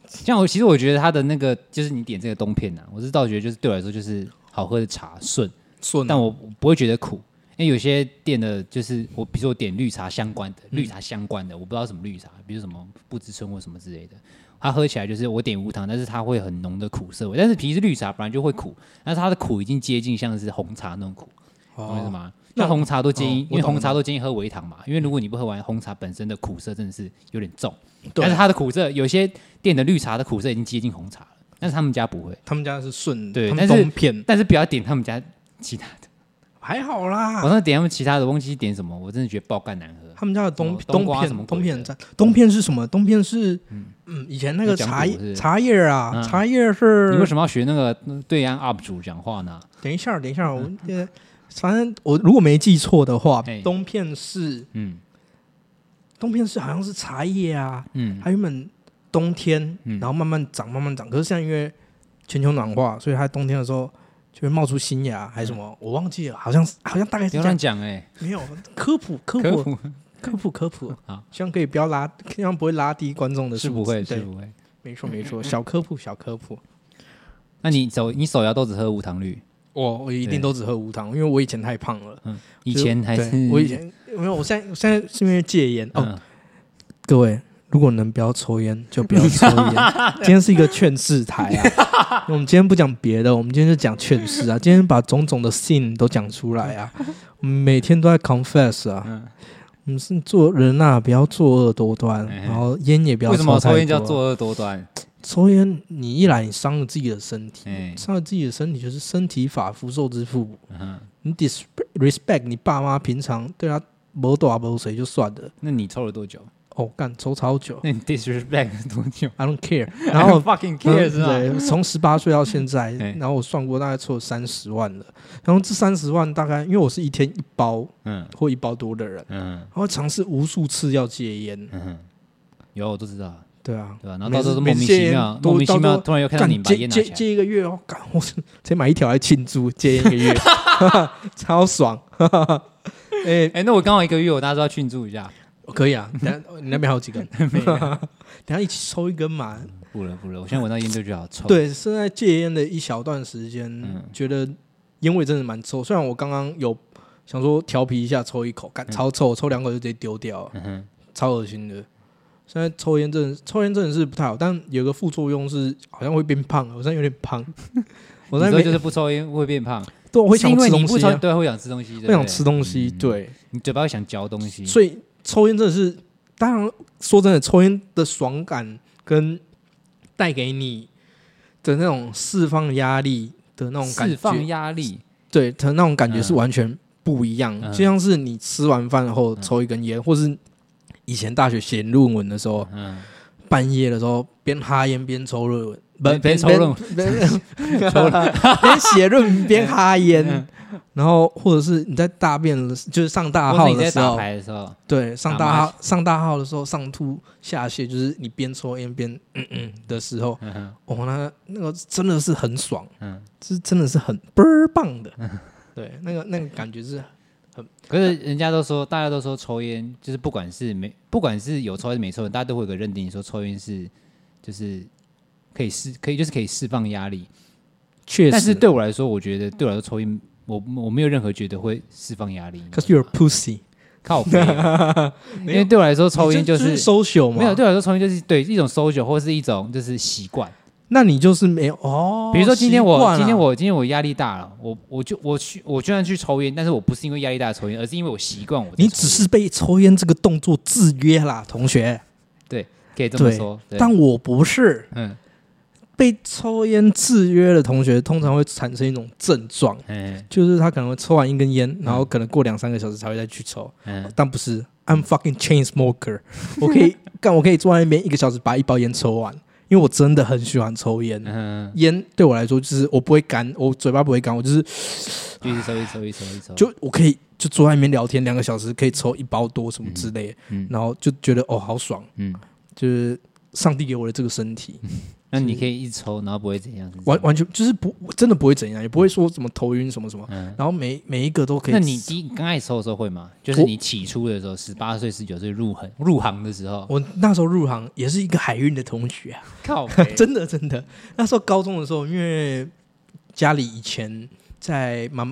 [SPEAKER 1] 像我，其实我觉得它的那个，就是你点这个冬片啊，我是倒觉得就是对我来说就是好喝的茶顺，
[SPEAKER 2] 顺啊，
[SPEAKER 1] 但我我不会觉得苦，因为有些店的就是我，比如说我点绿茶相关的，绿茶相关的，我不知道什么绿茶，比如什么不知春或什么之类的，它喝起来就是我点无糖，但是它会很浓的苦涩味，但是其实绿茶本来就会苦，但是它的苦已经接近像是红茶那种苦，懂我意思
[SPEAKER 2] 哦，
[SPEAKER 1] 吗？
[SPEAKER 2] 那
[SPEAKER 1] 那红茶都建
[SPEAKER 2] 哦
[SPEAKER 1] 议，
[SPEAKER 2] 我
[SPEAKER 1] 因为
[SPEAKER 2] 懂
[SPEAKER 1] 红茶都建议喝微糖嘛，因为如果你不喝完，红茶本身的苦涩真的是有点重，但是
[SPEAKER 2] 对，
[SPEAKER 1] 它的苦涩，有些店的绿茶的苦涩已经接近红茶了，但是他们家不会，
[SPEAKER 2] 他们家是顺，
[SPEAKER 1] 对
[SPEAKER 2] 他们
[SPEAKER 1] 但是
[SPEAKER 2] 冬片
[SPEAKER 1] 但是不要点他们家其他的，
[SPEAKER 2] 还好
[SPEAKER 1] 我
[SPEAKER 2] 啦，
[SPEAKER 1] 上次点他们其他的，忘记点什么，我真的觉得爆干难喝。
[SPEAKER 2] 他们家的冬
[SPEAKER 1] 什么冬瓜什么
[SPEAKER 2] 片，
[SPEAKER 1] 鬼
[SPEAKER 2] 冬
[SPEAKER 1] 的
[SPEAKER 2] 片很赞。冬片是什么？冬片是嗯，以前那个
[SPEAKER 1] 讲
[SPEAKER 2] 茶
[SPEAKER 1] 古是
[SPEAKER 2] 茶叶啊，
[SPEAKER 1] 嗯
[SPEAKER 2] 茶叶
[SPEAKER 1] 你为
[SPEAKER 2] 是。
[SPEAKER 1] 什么要学那个嗯对岸 UP 主讲话呢？
[SPEAKER 2] 等一下，等一下，我呃反正我如果没记错的话
[SPEAKER 1] 嗯嘿，
[SPEAKER 2] 冬片是
[SPEAKER 1] 嗯
[SPEAKER 2] 冬片是好像是茶叶啊，
[SPEAKER 1] 嗯
[SPEAKER 2] 它原本冬天，
[SPEAKER 1] 嗯
[SPEAKER 2] 然后慢慢长，慢慢长。可是现在因为全球暖化，所以它冬天的时候就会冒出新芽，还是什
[SPEAKER 1] 嗯
[SPEAKER 2] 么？我忘记了，好像是好像大概
[SPEAKER 1] 不
[SPEAKER 2] 是这
[SPEAKER 1] 要乱
[SPEAKER 2] 样。
[SPEAKER 1] 讲哎，
[SPEAKER 2] 没有科普，科
[SPEAKER 1] 科
[SPEAKER 2] 普，
[SPEAKER 1] 普
[SPEAKER 2] 科普，科普啊
[SPEAKER 1] 好。
[SPEAKER 2] 希望可以不要拉，希望不会拉低观众的
[SPEAKER 1] 是
[SPEAKER 2] 素
[SPEAKER 1] 不会
[SPEAKER 2] 质
[SPEAKER 1] 是
[SPEAKER 2] 对，
[SPEAKER 1] 不会。
[SPEAKER 2] 没错没错，小科普小科普。
[SPEAKER 1] 那你手你手摇都只喝无糖绿，
[SPEAKER 2] 我我一定
[SPEAKER 1] 对
[SPEAKER 2] 都只喝无糖，因为我以前太胖了。
[SPEAKER 1] 以
[SPEAKER 2] 就
[SPEAKER 1] 前还
[SPEAKER 2] 对
[SPEAKER 1] 是
[SPEAKER 2] 我以前没有，我现在我现在是因为戒烟哦。
[SPEAKER 1] 嗯
[SPEAKER 2] 各位，如果能不要抽烟就不要抽 烟。今天是一个劝世台啊，我们今天不讲别的，我们今天就讲劝世啊。 今天把种种的 sin 都讲出来啊，我们每天都在 confess 啊。
[SPEAKER 1] 嗯
[SPEAKER 2] 我们是做人啊，不要作恶多端，
[SPEAKER 1] 哎
[SPEAKER 2] 然后烟也不 要
[SPEAKER 1] 为什么
[SPEAKER 2] 抽
[SPEAKER 1] 抽
[SPEAKER 2] 太
[SPEAKER 1] 烟叫
[SPEAKER 2] 多啊
[SPEAKER 1] 作恶多端？
[SPEAKER 2] 抽烟，你一来你伤了自己的身体，
[SPEAKER 1] 哎
[SPEAKER 2] 伤了自己的身体就是身体发肤受之父母。
[SPEAKER 1] 嗯
[SPEAKER 2] 你 disrespect 你爸妈平常对他没大没谁就算了，
[SPEAKER 1] 那你抽了多久？
[SPEAKER 2] 哦干抽超久
[SPEAKER 1] 那你 disrespect 是多久？
[SPEAKER 2] ，I don't care。然后
[SPEAKER 1] fucking
[SPEAKER 2] 嗯
[SPEAKER 1] care 是吧？
[SPEAKER 2] 对，从十八岁到现在，
[SPEAKER 1] 哎
[SPEAKER 2] 然后我算过大概抽了三十万了，然后这三十万大概因为我是一天一包
[SPEAKER 1] 嗯
[SPEAKER 2] 或一包多的人，
[SPEAKER 1] 嗯
[SPEAKER 2] 然后尝试无数次要戒烟，
[SPEAKER 1] 嗯，有我都知道，
[SPEAKER 2] 对啊，
[SPEAKER 1] 对吧？然后
[SPEAKER 2] 每
[SPEAKER 1] 到时
[SPEAKER 2] 次
[SPEAKER 1] 候都莫
[SPEAKER 2] 每
[SPEAKER 1] 名
[SPEAKER 2] 次戒
[SPEAKER 1] 其
[SPEAKER 2] 烟
[SPEAKER 1] 妙，
[SPEAKER 2] 都
[SPEAKER 1] 莫名其
[SPEAKER 2] 到时
[SPEAKER 1] 妙
[SPEAKER 2] 候
[SPEAKER 1] 突然又看到
[SPEAKER 2] 干
[SPEAKER 1] 你把
[SPEAKER 2] 戒
[SPEAKER 1] 烟拿
[SPEAKER 2] 戒
[SPEAKER 1] 起来，
[SPEAKER 2] 戒一个月哦，干我直接买一条来庆祝戒烟一个月， 超爽，哎、
[SPEAKER 1] 哎，那我刚好一个月，我大家都要庆祝一下。
[SPEAKER 2] 我可 以啊，等下你那边还有几根？ 等下一起抽一根嘛。
[SPEAKER 1] 不了不了，我现在闻到烟就觉得好臭。，
[SPEAKER 2] 对，现在戒烟的一小段时间，
[SPEAKER 1] 嗯
[SPEAKER 2] 觉得烟味真的蛮臭。虽然我刚刚有想说调皮一下抽一口，干超臭，抽两口就直接丢掉了，
[SPEAKER 1] 嗯哼，
[SPEAKER 2] 超恶心的。现在抽烟真的，抽烟真的是不太好，但有个副作用是好像会变胖，我现在有点 胖。我在
[SPEAKER 1] 你
[SPEAKER 2] 那
[SPEAKER 1] 说
[SPEAKER 2] 边
[SPEAKER 1] 就是不抽烟会变胖，
[SPEAKER 2] 对，我会想
[SPEAKER 1] 是因
[SPEAKER 2] 吃
[SPEAKER 1] 为你
[SPEAKER 2] 东
[SPEAKER 1] 不
[SPEAKER 2] 西、
[SPEAKER 1] 抽，
[SPEAKER 2] 啊，
[SPEAKER 1] 对，会想吃东西，对不
[SPEAKER 2] 会
[SPEAKER 1] 对
[SPEAKER 2] 想吃东西，
[SPEAKER 1] 嗯
[SPEAKER 2] 对，
[SPEAKER 1] 你嘴巴会想嚼东西，
[SPEAKER 2] 所以抽烟真的是，当然说真的，抽烟的爽感跟带给你的那种释放压力的那种感
[SPEAKER 1] 释放
[SPEAKER 2] 觉，
[SPEAKER 1] 压力。
[SPEAKER 2] 对的那种感觉
[SPEAKER 1] 嗯
[SPEAKER 2] 是完全不一样。
[SPEAKER 1] 嗯
[SPEAKER 2] 就像是你吃完饭后
[SPEAKER 1] 嗯
[SPEAKER 2] 抽一根烟，或是以前大学写论文的时候，
[SPEAKER 1] 嗯，
[SPEAKER 2] 半夜的时候边哈烟边抽论文，不
[SPEAKER 1] 边边抽论
[SPEAKER 2] 文，边抽论边写论文边哈
[SPEAKER 1] 嗯
[SPEAKER 2] 烟，然后或者是你在大便的时，就是上大
[SPEAKER 1] 或
[SPEAKER 2] 号
[SPEAKER 1] 是你
[SPEAKER 2] 啊的
[SPEAKER 1] 在
[SPEAKER 2] 时
[SPEAKER 1] 打
[SPEAKER 2] 候，
[SPEAKER 1] 牌的时候，
[SPEAKER 2] 对，上
[SPEAKER 1] 打麻
[SPEAKER 2] 大号上大号的时候上吐下泻，就是你边抽烟边嗯嗯的时候，
[SPEAKER 1] 嗯哼
[SPEAKER 2] 哦，那那个真的是很爽，
[SPEAKER 1] 嗯。
[SPEAKER 2] 是真的是很倍儿棒的，对，那个那个感觉是
[SPEAKER 1] 可是人家都说，大家都说抽烟就是不管是没不管是有抽还是没抽的，大家都会有个认定，说抽烟是就是可以释可以就是可以释放压力。
[SPEAKER 2] 确
[SPEAKER 1] 但是
[SPEAKER 2] 实。
[SPEAKER 1] 对我来说，我觉得对我来说抽烟，我我没有任何觉得会释放压力。
[SPEAKER 2] Cause you're a pussy，
[SPEAKER 1] 靠背啊，因为对我来说抽烟
[SPEAKER 2] 就
[SPEAKER 1] 就是。
[SPEAKER 2] social 嘛，
[SPEAKER 1] 没有，对我来说，抽烟就是对一种 social 或是一种就是习惯。
[SPEAKER 2] 那你就是没有哦。
[SPEAKER 1] 比如说今天
[SPEAKER 2] 习
[SPEAKER 1] 我
[SPEAKER 2] 惯
[SPEAKER 1] 今天
[SPEAKER 2] 了
[SPEAKER 1] 我今天我压力大了，我我就我去我居然去抽烟，但是我不是因为压力大抽烟，而是因为我习惯我在
[SPEAKER 2] 你
[SPEAKER 1] 抽
[SPEAKER 2] 只
[SPEAKER 1] 烟
[SPEAKER 2] 是被抽烟这个动作制约啦，同学。
[SPEAKER 1] 可以这么
[SPEAKER 2] 对
[SPEAKER 1] 说。对
[SPEAKER 2] 但我不是
[SPEAKER 1] 嗯
[SPEAKER 2] 被抽烟制约的同学，通常会产生一种症状，
[SPEAKER 1] 嗯
[SPEAKER 2] 就是他可能会抽完一根烟，然后可能过两三个小时才会再去抽。
[SPEAKER 1] 嗯，
[SPEAKER 2] 但不是，I'm fucking chain smoker，我 可以干，我可以坐在那边一个小时把一包烟抽完，因为我真的很喜欢抽烟。
[SPEAKER 1] 嗯，
[SPEAKER 2] 烟对我来说就是我不会干，我嘴巴不会干，我就是
[SPEAKER 1] 一直抽，一直抽，一直抽，一直抽。
[SPEAKER 2] 就我可以就坐在那边聊天两个小时，可以抽一包多什么之类的，
[SPEAKER 1] 嗯
[SPEAKER 2] 然后就觉得哦好爽，
[SPEAKER 1] 嗯，
[SPEAKER 2] 就是上帝给我的这个身体，
[SPEAKER 1] 那你可以一直抽，然后不会怎样。是这
[SPEAKER 2] 完
[SPEAKER 1] 样
[SPEAKER 2] 完全就是不我真的不会怎样，也不会说什么头晕什么什么，
[SPEAKER 1] 嗯，
[SPEAKER 2] 然后每每一个都可以。
[SPEAKER 1] 那你第一刚开始抽的时候会吗？就是
[SPEAKER 2] 我
[SPEAKER 1] 你起初的时候，十八岁、十九岁入行入行的时候，
[SPEAKER 2] 我那时候入行也是一个海运的同学啊，
[SPEAKER 1] 靠北，
[SPEAKER 2] 真的真的。那时候高中的时候，因为家里以前在妈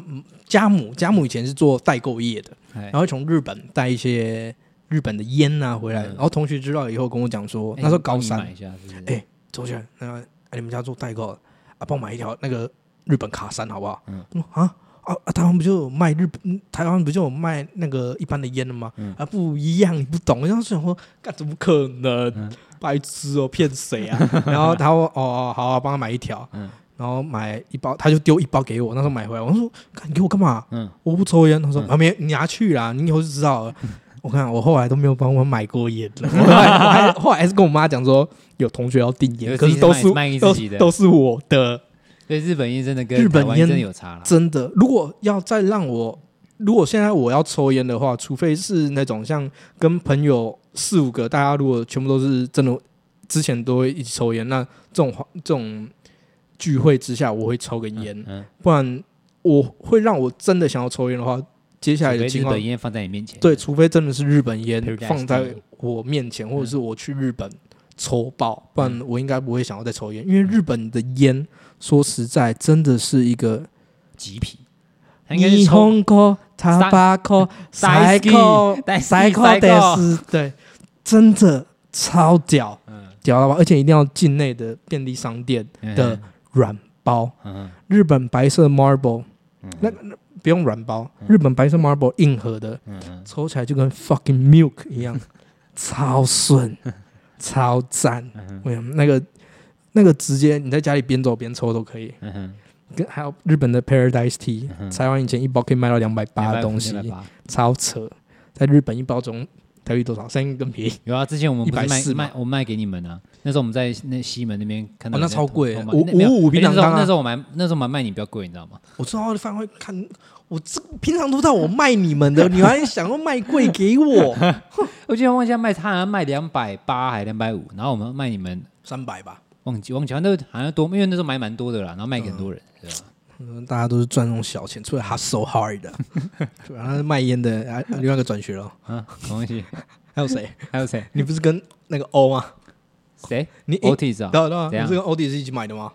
[SPEAKER 2] 家母家母以前是做代购业的，
[SPEAKER 1] 哎
[SPEAKER 2] 然后从日本带一些日本的烟啊回来，
[SPEAKER 1] 嗯
[SPEAKER 2] 然后同学知道以后跟我讲说，
[SPEAKER 1] 哎
[SPEAKER 2] 那时候
[SPEAKER 1] 帮
[SPEAKER 2] 高
[SPEAKER 1] 你
[SPEAKER 2] 三
[SPEAKER 1] 买，一下，是不是？
[SPEAKER 2] 哎周杰，那个、哎你们家做代购的啊，帮我买一条那个日本卡衫好不好？
[SPEAKER 1] 嗯
[SPEAKER 2] 嗯，啊啊啊，台湾不就有卖日本，嗯台湾不就有卖那个一般的烟的吗？
[SPEAKER 1] 嗯
[SPEAKER 2] 啊，不一样，你不懂。然后就想说，干怎么可能？
[SPEAKER 1] 嗯
[SPEAKER 2] 白痴哦，骗 谁啊？然后他说，哦哦，好、啊，帮他买一条。
[SPEAKER 1] 嗯
[SPEAKER 2] 然后买一包，他就丢一包给我。那时候买回来，我说：“看你给我干嘛？
[SPEAKER 1] 嗯，
[SPEAKER 2] 我不抽烟。”他说：“
[SPEAKER 1] 嗯
[SPEAKER 2] 啊，没，你拿去啦，你以后就知道了。”我看我后来都没有帮我买过烟 了。我后来我还后来还是跟我妈讲说，有同学要订
[SPEAKER 1] 有
[SPEAKER 2] 烟，可
[SPEAKER 1] 自
[SPEAKER 2] 是
[SPEAKER 1] 己
[SPEAKER 2] 都
[SPEAKER 1] 卖
[SPEAKER 2] 是
[SPEAKER 1] 卖你自
[SPEAKER 2] 都
[SPEAKER 1] 己的
[SPEAKER 2] 都是我的，
[SPEAKER 1] 对，日本烟真的跟
[SPEAKER 2] 日本
[SPEAKER 1] 台湾真的
[SPEAKER 2] 烟
[SPEAKER 1] 有差了。
[SPEAKER 2] 真的。如果要再让我，如果现在我要抽烟的话，除非是那种像跟朋友四五个，大家如果全部都是真的，之前都会一起抽烟，那这种这种聚会之下，我会抽根烟。
[SPEAKER 1] 嗯，
[SPEAKER 2] 不然我会让我真的想要抽烟的话，接下来
[SPEAKER 1] 除
[SPEAKER 2] 的
[SPEAKER 1] 非
[SPEAKER 2] 情
[SPEAKER 1] 日
[SPEAKER 2] 况
[SPEAKER 1] 本烟放在你面前，
[SPEAKER 2] 对，除非真的是日本烟
[SPEAKER 1] Paradise
[SPEAKER 2] 放在
[SPEAKER 1] Tea
[SPEAKER 2] 我面前，或者是
[SPEAKER 1] 嗯
[SPEAKER 2] 我去日本抽爆，不然我应该不会想要再抽烟，因为日本的烟说实在真的是一个
[SPEAKER 1] 极品，它应该是
[SPEAKER 2] 霓
[SPEAKER 1] 抽
[SPEAKER 2] 虹哥、塔巴哥、
[SPEAKER 1] 大
[SPEAKER 2] 塞克
[SPEAKER 1] Psycho、大
[SPEAKER 2] 塞
[SPEAKER 1] Psycho
[SPEAKER 2] 克的是，对，真的超屌，
[SPEAKER 1] 嗯
[SPEAKER 2] 屌到爆，而且一定要境内的便利商店的软包，
[SPEAKER 1] 嗯
[SPEAKER 2] 日本白色 marble。
[SPEAKER 1] 嗯
[SPEAKER 2] 那不用软包，日本白色 marble 硬盒的，
[SPEAKER 1] 嗯嗯
[SPEAKER 2] 抽起来就跟 fucking milk 一样，超顺，超赞。
[SPEAKER 1] 嗯
[SPEAKER 2] 我想那个那个直接你在家里边走边抽都可以。
[SPEAKER 1] 嗯嗯，
[SPEAKER 2] 跟还有日本的 Paradise Tea，、
[SPEAKER 1] 嗯
[SPEAKER 2] 台湾以前一包可以卖到两百八的东西，
[SPEAKER 1] 280
[SPEAKER 2] 超扯。在日本一包总台币多少？三根皮，
[SPEAKER 1] 有啊，之前我们不是卖
[SPEAKER 2] 140嘛
[SPEAKER 1] 卖我卖给你们啊，那时候我们在那西门那边看到
[SPEAKER 2] 哦
[SPEAKER 1] 有
[SPEAKER 2] 那
[SPEAKER 1] 在
[SPEAKER 2] 超
[SPEAKER 1] 偷
[SPEAKER 2] 贵
[SPEAKER 1] 偷卖
[SPEAKER 2] 五
[SPEAKER 1] 那没有
[SPEAKER 2] 五五
[SPEAKER 1] 哎
[SPEAKER 2] 槟榔
[SPEAKER 1] 那时候
[SPEAKER 2] 缸啊
[SPEAKER 1] 那时候我买那时候我买卖你比较贵，你知道吗？
[SPEAKER 2] 我知道饭会看。我这平常都在我卖你们的，你还想要卖贵给 我
[SPEAKER 1] 我记得忘记他卖他好像卖两百八还两百五，然后我们卖你们
[SPEAKER 2] 三百吧？
[SPEAKER 1] 忘记忘记，反正好像多，因为那时候买蛮多的啦，然后卖给很多人，对吧？
[SPEAKER 2] 嗯，大家都是赚那种小钱，除了 hustle hard 的，对吧？那卖烟的，啊，另外一个转学了，
[SPEAKER 1] 啊，什么东西？
[SPEAKER 2] 还有 谁？
[SPEAKER 1] 还有谁？
[SPEAKER 2] 你不是跟那个欧吗？
[SPEAKER 1] 谁
[SPEAKER 2] 你诶
[SPEAKER 1] ？Otis 啊？
[SPEAKER 2] 对啊对啊，
[SPEAKER 1] 怎
[SPEAKER 2] 你
[SPEAKER 1] 样
[SPEAKER 2] 不是跟欧弟是一起买的吗？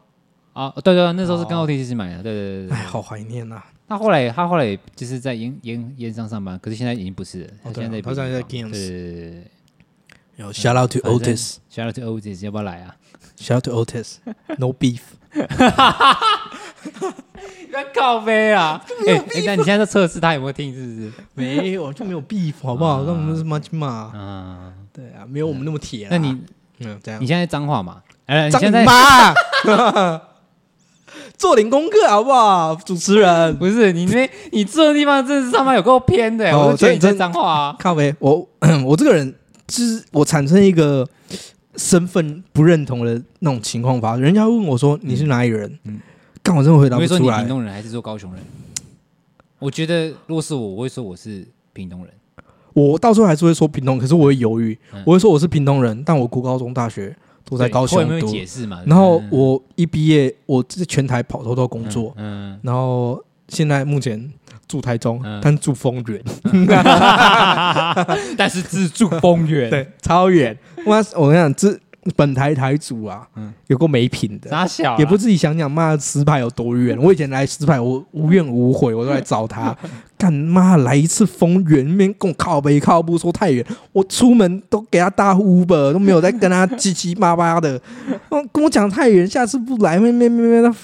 [SPEAKER 1] 啊，对对，对那时候是跟
[SPEAKER 2] 哦
[SPEAKER 1] Otis 一起买的，对对对对
[SPEAKER 2] 哎，。好怀念呐！
[SPEAKER 1] 他后来他后来就是在烟烟烟商上班，可是现在已经不是了，他
[SPEAKER 2] 哦对
[SPEAKER 1] 现
[SPEAKER 2] 啊
[SPEAKER 1] 在
[SPEAKER 2] 他现在在
[SPEAKER 1] 别的地方
[SPEAKER 2] Games
[SPEAKER 1] 对对对对对。
[SPEAKER 2] 有 shout out to
[SPEAKER 1] 反正
[SPEAKER 2] Otis，shout
[SPEAKER 1] Shout out to Otis，要不要来啊？
[SPEAKER 2] out to Otis，no beef。
[SPEAKER 1] 要靠背啊！ 哎哎，那你现在在测试他有没有听，是不是？
[SPEAKER 2] 没有啊就没有 beef 好不好？
[SPEAKER 1] 啊
[SPEAKER 2] 那我们是 much 嘛？
[SPEAKER 1] 啊，
[SPEAKER 2] 对啊，没有我们那么铁啦。
[SPEAKER 1] 那你
[SPEAKER 2] 嗯这样
[SPEAKER 1] 你，现在脏话嘛？哎，你
[SPEAKER 2] 张
[SPEAKER 1] 现
[SPEAKER 2] 你
[SPEAKER 1] 在
[SPEAKER 2] 妈！ 做点功课好不好，主持人？
[SPEAKER 1] 不是你那你住的地方真的是他妈有够偏的，欸
[SPEAKER 2] 哦
[SPEAKER 1] 我都觉得
[SPEAKER 2] 真
[SPEAKER 1] 你在
[SPEAKER 2] 真
[SPEAKER 1] 脏话啊！
[SPEAKER 2] 咖啡，我我这个人就是我产生一个身份不认同的那种情况发生。人家问我说你是哪里人，
[SPEAKER 1] 嗯
[SPEAKER 2] 干我真的回答
[SPEAKER 1] 你会
[SPEAKER 2] 不
[SPEAKER 1] 说
[SPEAKER 2] 出
[SPEAKER 1] 你
[SPEAKER 2] 来
[SPEAKER 1] 屏。东人还是说高雄人？我觉得如果是我，我会说我是屏东人。
[SPEAKER 2] 我到最后还是会说屏东，可是我会犹豫
[SPEAKER 1] 嗯，
[SPEAKER 2] 我会说我是屏东人，但我国高中、大学都在
[SPEAKER 1] 对
[SPEAKER 2] 高
[SPEAKER 1] 后面
[SPEAKER 2] 雄
[SPEAKER 1] 会
[SPEAKER 2] 读。
[SPEAKER 1] 解释嘛？
[SPEAKER 2] 然后
[SPEAKER 1] 嗯
[SPEAKER 2] 我一毕业，我是全台跑偷偷工作，，
[SPEAKER 1] 嗯，
[SPEAKER 2] 然后现在目前住台中
[SPEAKER 1] 嗯，
[SPEAKER 2] 但住丰原，
[SPEAKER 1] 但是自助公园，
[SPEAKER 2] 对，超远。我我跟你讲，这本台台主啊
[SPEAKER 1] 嗯，
[SPEAKER 2] 有够没品的，
[SPEAKER 1] 傻小啦啊
[SPEAKER 2] 也不自己想想，妈石牌有多远？我以前来石牌，我无怨无悔，我都来 找他。干妈来一次丰原，那边跟我靠北靠不说太远，我出门都给他搭 Uber，都没有再跟他七七八八的。 哦跟我讲太远，下次不来，咩咩咩咩，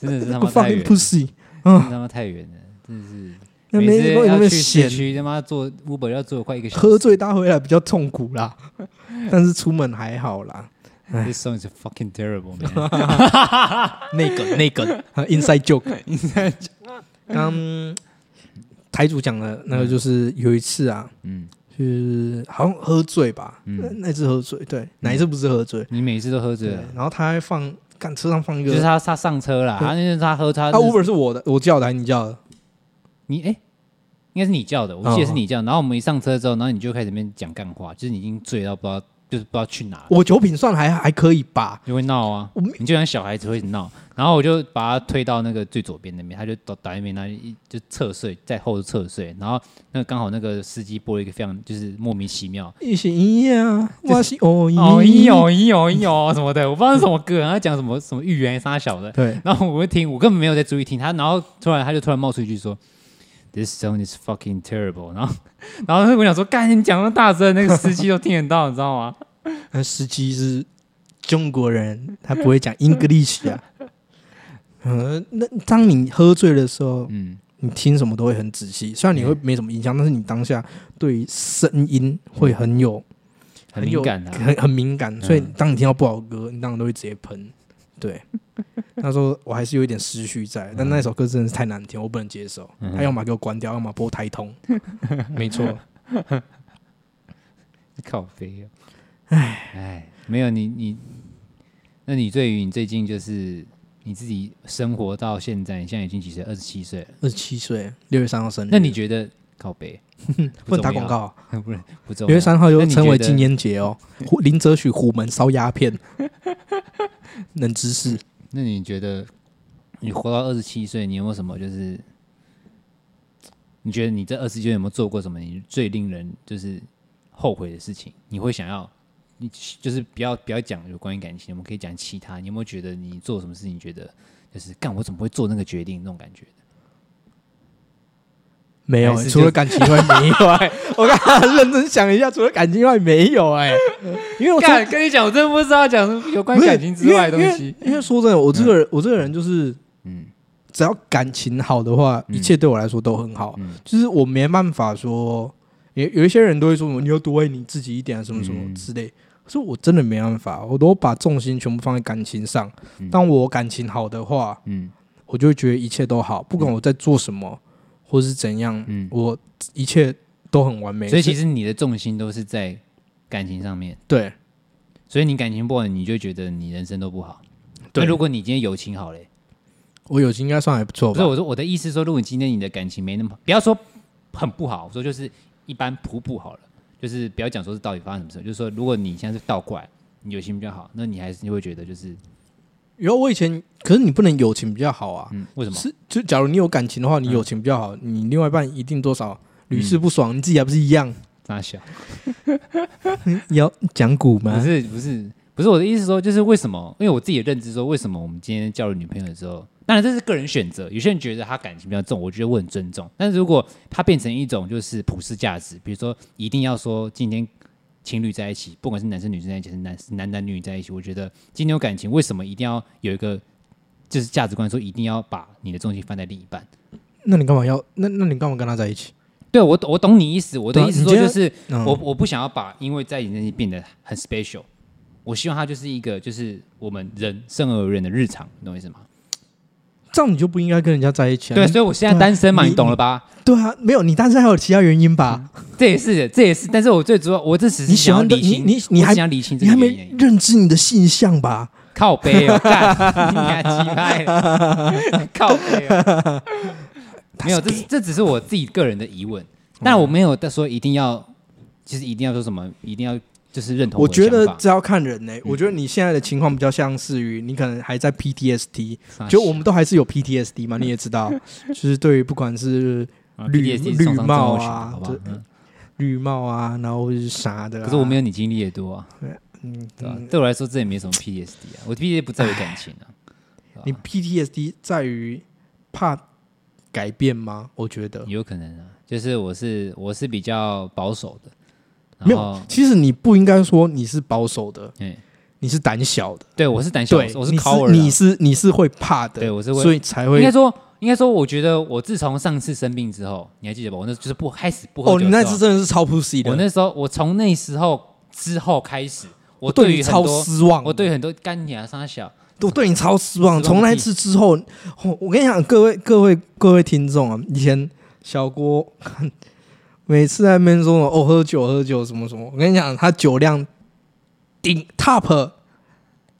[SPEAKER 1] 真的是他
[SPEAKER 2] 不
[SPEAKER 1] 妈
[SPEAKER 2] 放
[SPEAKER 1] 太
[SPEAKER 2] u
[SPEAKER 1] 远，
[SPEAKER 2] pussy
[SPEAKER 1] 真
[SPEAKER 2] 啊
[SPEAKER 1] 的！他妈太远了，真的是。
[SPEAKER 2] 那
[SPEAKER 1] 每
[SPEAKER 2] 边
[SPEAKER 1] 次
[SPEAKER 2] 那
[SPEAKER 1] 要
[SPEAKER 2] 边
[SPEAKER 1] 去市
[SPEAKER 2] 闲，
[SPEAKER 1] 区，他妈坐 Uber 要坐快一个小时。
[SPEAKER 2] 喝醉搭回来比较痛苦啦，但是出门还好啦。
[SPEAKER 1] 哎 This song is fucking terrible, man.
[SPEAKER 2] 那 个那个呃 inside joke，inside joke。刚台主讲的那个就是有一次啊，
[SPEAKER 1] 嗯，
[SPEAKER 2] 就是好像喝醉吧，
[SPEAKER 1] 嗯
[SPEAKER 2] 那那次喝醉，对，哪一次不是喝醉？
[SPEAKER 1] 你每次都喝
[SPEAKER 2] 对
[SPEAKER 1] 醉了，，
[SPEAKER 2] 然后他还放，干车上放一
[SPEAKER 1] 就是
[SPEAKER 2] 个，
[SPEAKER 1] 他他上车啦，
[SPEAKER 2] 对
[SPEAKER 1] 他那是他喝他
[SPEAKER 2] 他 Uber 是我的，我叫的还是你叫的？
[SPEAKER 1] 你哎、应该是你叫的，我记得是
[SPEAKER 2] 哦
[SPEAKER 1] 你叫的。然后我们一上车之后，然后你就开始在那边讲干话，就是你已经醉到不知道，就是不知道去哪了，
[SPEAKER 2] 我酒品算还还可以吧，
[SPEAKER 1] 就会闹啊
[SPEAKER 2] 我没。
[SPEAKER 1] 你就像小孩子会闹，然后我就把他推到那个最左边那边，他就倒倒在那边，他一就侧睡，在后侧睡。然后那个刚好那个司机播了一个非常就是莫名其妙，
[SPEAKER 2] 一些一样，我是
[SPEAKER 1] 哦
[SPEAKER 2] 哦一
[SPEAKER 1] 咦哦咦哦咦哦什么的，我不知道是什么歌，然后讲什么什么预言啥小的，
[SPEAKER 2] 对，
[SPEAKER 1] 然后我会听，我根本没有在注意听他，然后突然他就突然冒出一句说，This song is fucking terrible，然后 然后我想说，干你讲那么大声，那个司机都听得到，你知道吗？
[SPEAKER 2] 那司机是中国人，他不会 讲 English 啊。嗯，那当你喝醉的时候，
[SPEAKER 1] 嗯，
[SPEAKER 2] 你听什么都会很仔细，虽然你会没什么印象，但是你当下对于声音会很有
[SPEAKER 1] 很
[SPEAKER 2] 有
[SPEAKER 1] 敏感的、啊，
[SPEAKER 2] 很很敏感，所以当你听到不好的歌，你当然都会直接喷。 对，那时候我还是有一点思绪在，但那首歌真的是太难听，我不能接受。
[SPEAKER 1] 嗯
[SPEAKER 2] 他要么给我关掉，要么播 台通。没错，
[SPEAKER 1] 靠飞哦，唉唉，没有你你，那你对于你最近就是你自己生活到现在，你现在已经几岁？二十七岁了，
[SPEAKER 2] 二十七岁，六月三号生日。
[SPEAKER 1] 那你觉得靠背
[SPEAKER 2] 嗯 不能打广告啊，
[SPEAKER 1] 不是 不重
[SPEAKER 2] 六月
[SPEAKER 1] 要？
[SPEAKER 2] 三号又称为
[SPEAKER 1] 那你觉得
[SPEAKER 2] 纪念节哦。虎林则许虎门烧鸦片， 冷知识。
[SPEAKER 1] 那你觉得你活到二十七岁，你有没有什么就是？你觉得你这二十七岁有没有做过什么你最令人就是后悔的事情？你会想要你就是不要不要讲有关于感情，我们可以讲其他。你有没有觉得你做什么事情觉得就是干我怎么会做那个决定那种感觉？
[SPEAKER 2] 没有、
[SPEAKER 1] 还是
[SPEAKER 2] 除了
[SPEAKER 1] 就
[SPEAKER 2] 感情以外没有哎、我刚才认真想一下，除了感情以外没有哎、因为我
[SPEAKER 1] 干跟你讲，我真的不知道讲什么有关于感情之外的东
[SPEAKER 2] 因为
[SPEAKER 1] 西。
[SPEAKER 2] 因为因为说真的，我这个人，我这个人就是，
[SPEAKER 1] 嗯
[SPEAKER 2] 只要感情好的话，
[SPEAKER 1] 嗯
[SPEAKER 2] 一切对我来说都很好。
[SPEAKER 1] 嗯
[SPEAKER 2] 就是我没办法说，有有一些人都会说什么你要多爱你自己一点啊，什么什么
[SPEAKER 1] 嗯
[SPEAKER 2] 之类。可是我真的没办法，我都把重心全部放在感情上
[SPEAKER 1] 嗯。
[SPEAKER 2] 当我感情好的话，
[SPEAKER 1] 嗯
[SPEAKER 2] 我就会觉得一切都好，不管我在做什么或是怎样，
[SPEAKER 1] 嗯，
[SPEAKER 2] 我一切都很完美。
[SPEAKER 1] 所以其
[SPEAKER 2] 实
[SPEAKER 1] 实你的重心都是在感情上面。
[SPEAKER 2] 对
[SPEAKER 1] 所以你感情不好，你就觉得你人生都不好。
[SPEAKER 2] 对
[SPEAKER 1] 那如果你今天友情好嘞，
[SPEAKER 2] 我友情应该算还不错
[SPEAKER 1] 不是
[SPEAKER 2] 吧？
[SPEAKER 1] 我说我的意思是说，如果今天你的感情没那么好，不要说很不好，我说就是一般普普好了，就是不要讲说是到底发生什么事，就是说如果你现在是倒过来，你友情比较好，那你还是你会觉得就是
[SPEAKER 2] 然后我以前，可是你不能友情比较好啊。
[SPEAKER 1] 嗯，为什么？嗯
[SPEAKER 2] 是，就假如你有感情的话，你友情比较好，你另外一半一定多少屡试不爽，你自己还不是一样？
[SPEAKER 1] 大小
[SPEAKER 2] 你要讲古
[SPEAKER 1] 不
[SPEAKER 2] 吗？
[SPEAKER 1] 是不是不是我的意思说，就是为什么？因为我自己的认知说，为什么我们今天交了女朋友的时候，当然这是个人选择，有些人觉得他感情比较重，我觉得我很尊重。但是如果他变成一种就是普世价值，比如说一定要说今天情侣在一起，不管是男生女生在一起，还是男男男女女在一起，我觉得今天有感情，为什么一定要有一个就是价值观说一定要把你的重心放在另一半？
[SPEAKER 2] 那你干嘛要？那那你干嘛跟他在一起？
[SPEAKER 1] 对我我懂你意思，我的
[SPEAKER 2] 对啊
[SPEAKER 1] 意思
[SPEAKER 2] 你
[SPEAKER 1] 说
[SPEAKER 2] 今天
[SPEAKER 1] 就是。
[SPEAKER 2] 嗯
[SPEAKER 1] 我我不想要把因为在你那里变得很 special，我希望它就是一个就是我们人生而为人的日常，你懂我意思吗？
[SPEAKER 2] 这样你就不应该跟人家在一起啊。
[SPEAKER 1] 对，
[SPEAKER 2] 你
[SPEAKER 1] 所以我现在单身嘛，
[SPEAKER 2] 你
[SPEAKER 1] 你懂了吧？
[SPEAKER 2] 对啊，没有你，但是还有其他原因吧？
[SPEAKER 1] 这也是这也是，但是我最主要我这只是
[SPEAKER 2] 你喜
[SPEAKER 1] 想要
[SPEAKER 2] 欢的
[SPEAKER 1] 理清，
[SPEAKER 2] 你你你
[SPEAKER 1] 我只
[SPEAKER 2] 还
[SPEAKER 1] 想理清这
[SPEAKER 2] 你
[SPEAKER 1] 个
[SPEAKER 2] 还
[SPEAKER 1] 原
[SPEAKER 2] 没
[SPEAKER 1] 因而已，
[SPEAKER 2] 认知你的性向吧？
[SPEAKER 1] 靠背 哦，干，你还鸡掰了，靠背 哦。没有，这是这只是我自己个人的疑
[SPEAKER 2] 嗯
[SPEAKER 1] 问，但我没有在说一定要，就是一定要说什么，一定要就是认同
[SPEAKER 2] 我
[SPEAKER 1] 的
[SPEAKER 2] 觉得
[SPEAKER 1] 想法嗯
[SPEAKER 2] 这要看人呢、我觉得你现在的情况比较像是于你可能还在 PTSD，
[SPEAKER 1] 傻
[SPEAKER 2] 就我们都还是有 PTSD 嘛，你也知道，就是对于不管是
[SPEAKER 1] 小
[SPEAKER 2] 绿
[SPEAKER 1] PTSD
[SPEAKER 2] 绿
[SPEAKER 1] 是上上
[SPEAKER 2] 帽
[SPEAKER 1] 中
[SPEAKER 2] 啊
[SPEAKER 1] 学的好不好
[SPEAKER 2] 这
[SPEAKER 1] 嗯
[SPEAKER 2] 绿帽啊，然后或者是啥的啊、
[SPEAKER 1] 可是我没有你经历的多啊，
[SPEAKER 2] 嗯，
[SPEAKER 1] 对吧
[SPEAKER 2] 嗯？
[SPEAKER 1] 对我来说，这也没什么 PTSD 啊，我 PTSD 不在于感情啊，
[SPEAKER 2] 你 PTSD 在于怕改变吗？我觉得
[SPEAKER 1] 有可能啊，就是我是我是比较保守的，然
[SPEAKER 2] 没
[SPEAKER 1] 后
[SPEAKER 2] 有。其实你不应该说你是保守的，
[SPEAKER 1] 嗯，
[SPEAKER 2] 你是胆小的。
[SPEAKER 1] 对我是胆小，
[SPEAKER 2] 对
[SPEAKER 1] 我，是
[SPEAKER 2] 你
[SPEAKER 1] 抠
[SPEAKER 2] 是
[SPEAKER 1] 人，
[SPEAKER 2] 你是你是会怕的，
[SPEAKER 1] 对我是会
[SPEAKER 2] 所以才
[SPEAKER 1] 应
[SPEAKER 2] 会
[SPEAKER 1] 该说，应该说，我觉得我自从上次生病之后，你还记得吧？我那就是不开始不喝
[SPEAKER 2] 哦，
[SPEAKER 1] 酒之
[SPEAKER 2] 你
[SPEAKER 1] 后。
[SPEAKER 2] 那次真的是超 pussy 的，
[SPEAKER 1] 我那时候，我从那时候之后开始，我
[SPEAKER 2] 我对
[SPEAKER 1] 于
[SPEAKER 2] 你
[SPEAKER 1] 很
[SPEAKER 2] 超
[SPEAKER 1] 多，
[SPEAKER 2] 失望的，
[SPEAKER 1] 我对很多干你啊、傻小，
[SPEAKER 2] 我对你超失
[SPEAKER 1] 失
[SPEAKER 2] 望。
[SPEAKER 1] 望
[SPEAKER 2] 从那
[SPEAKER 1] 屁
[SPEAKER 2] 一次之后，我我跟你讲，各位各位各位听众啊，以前小郭每次在那边说哦喝酒喝酒什么什么，我跟你讲，他酒量顶 top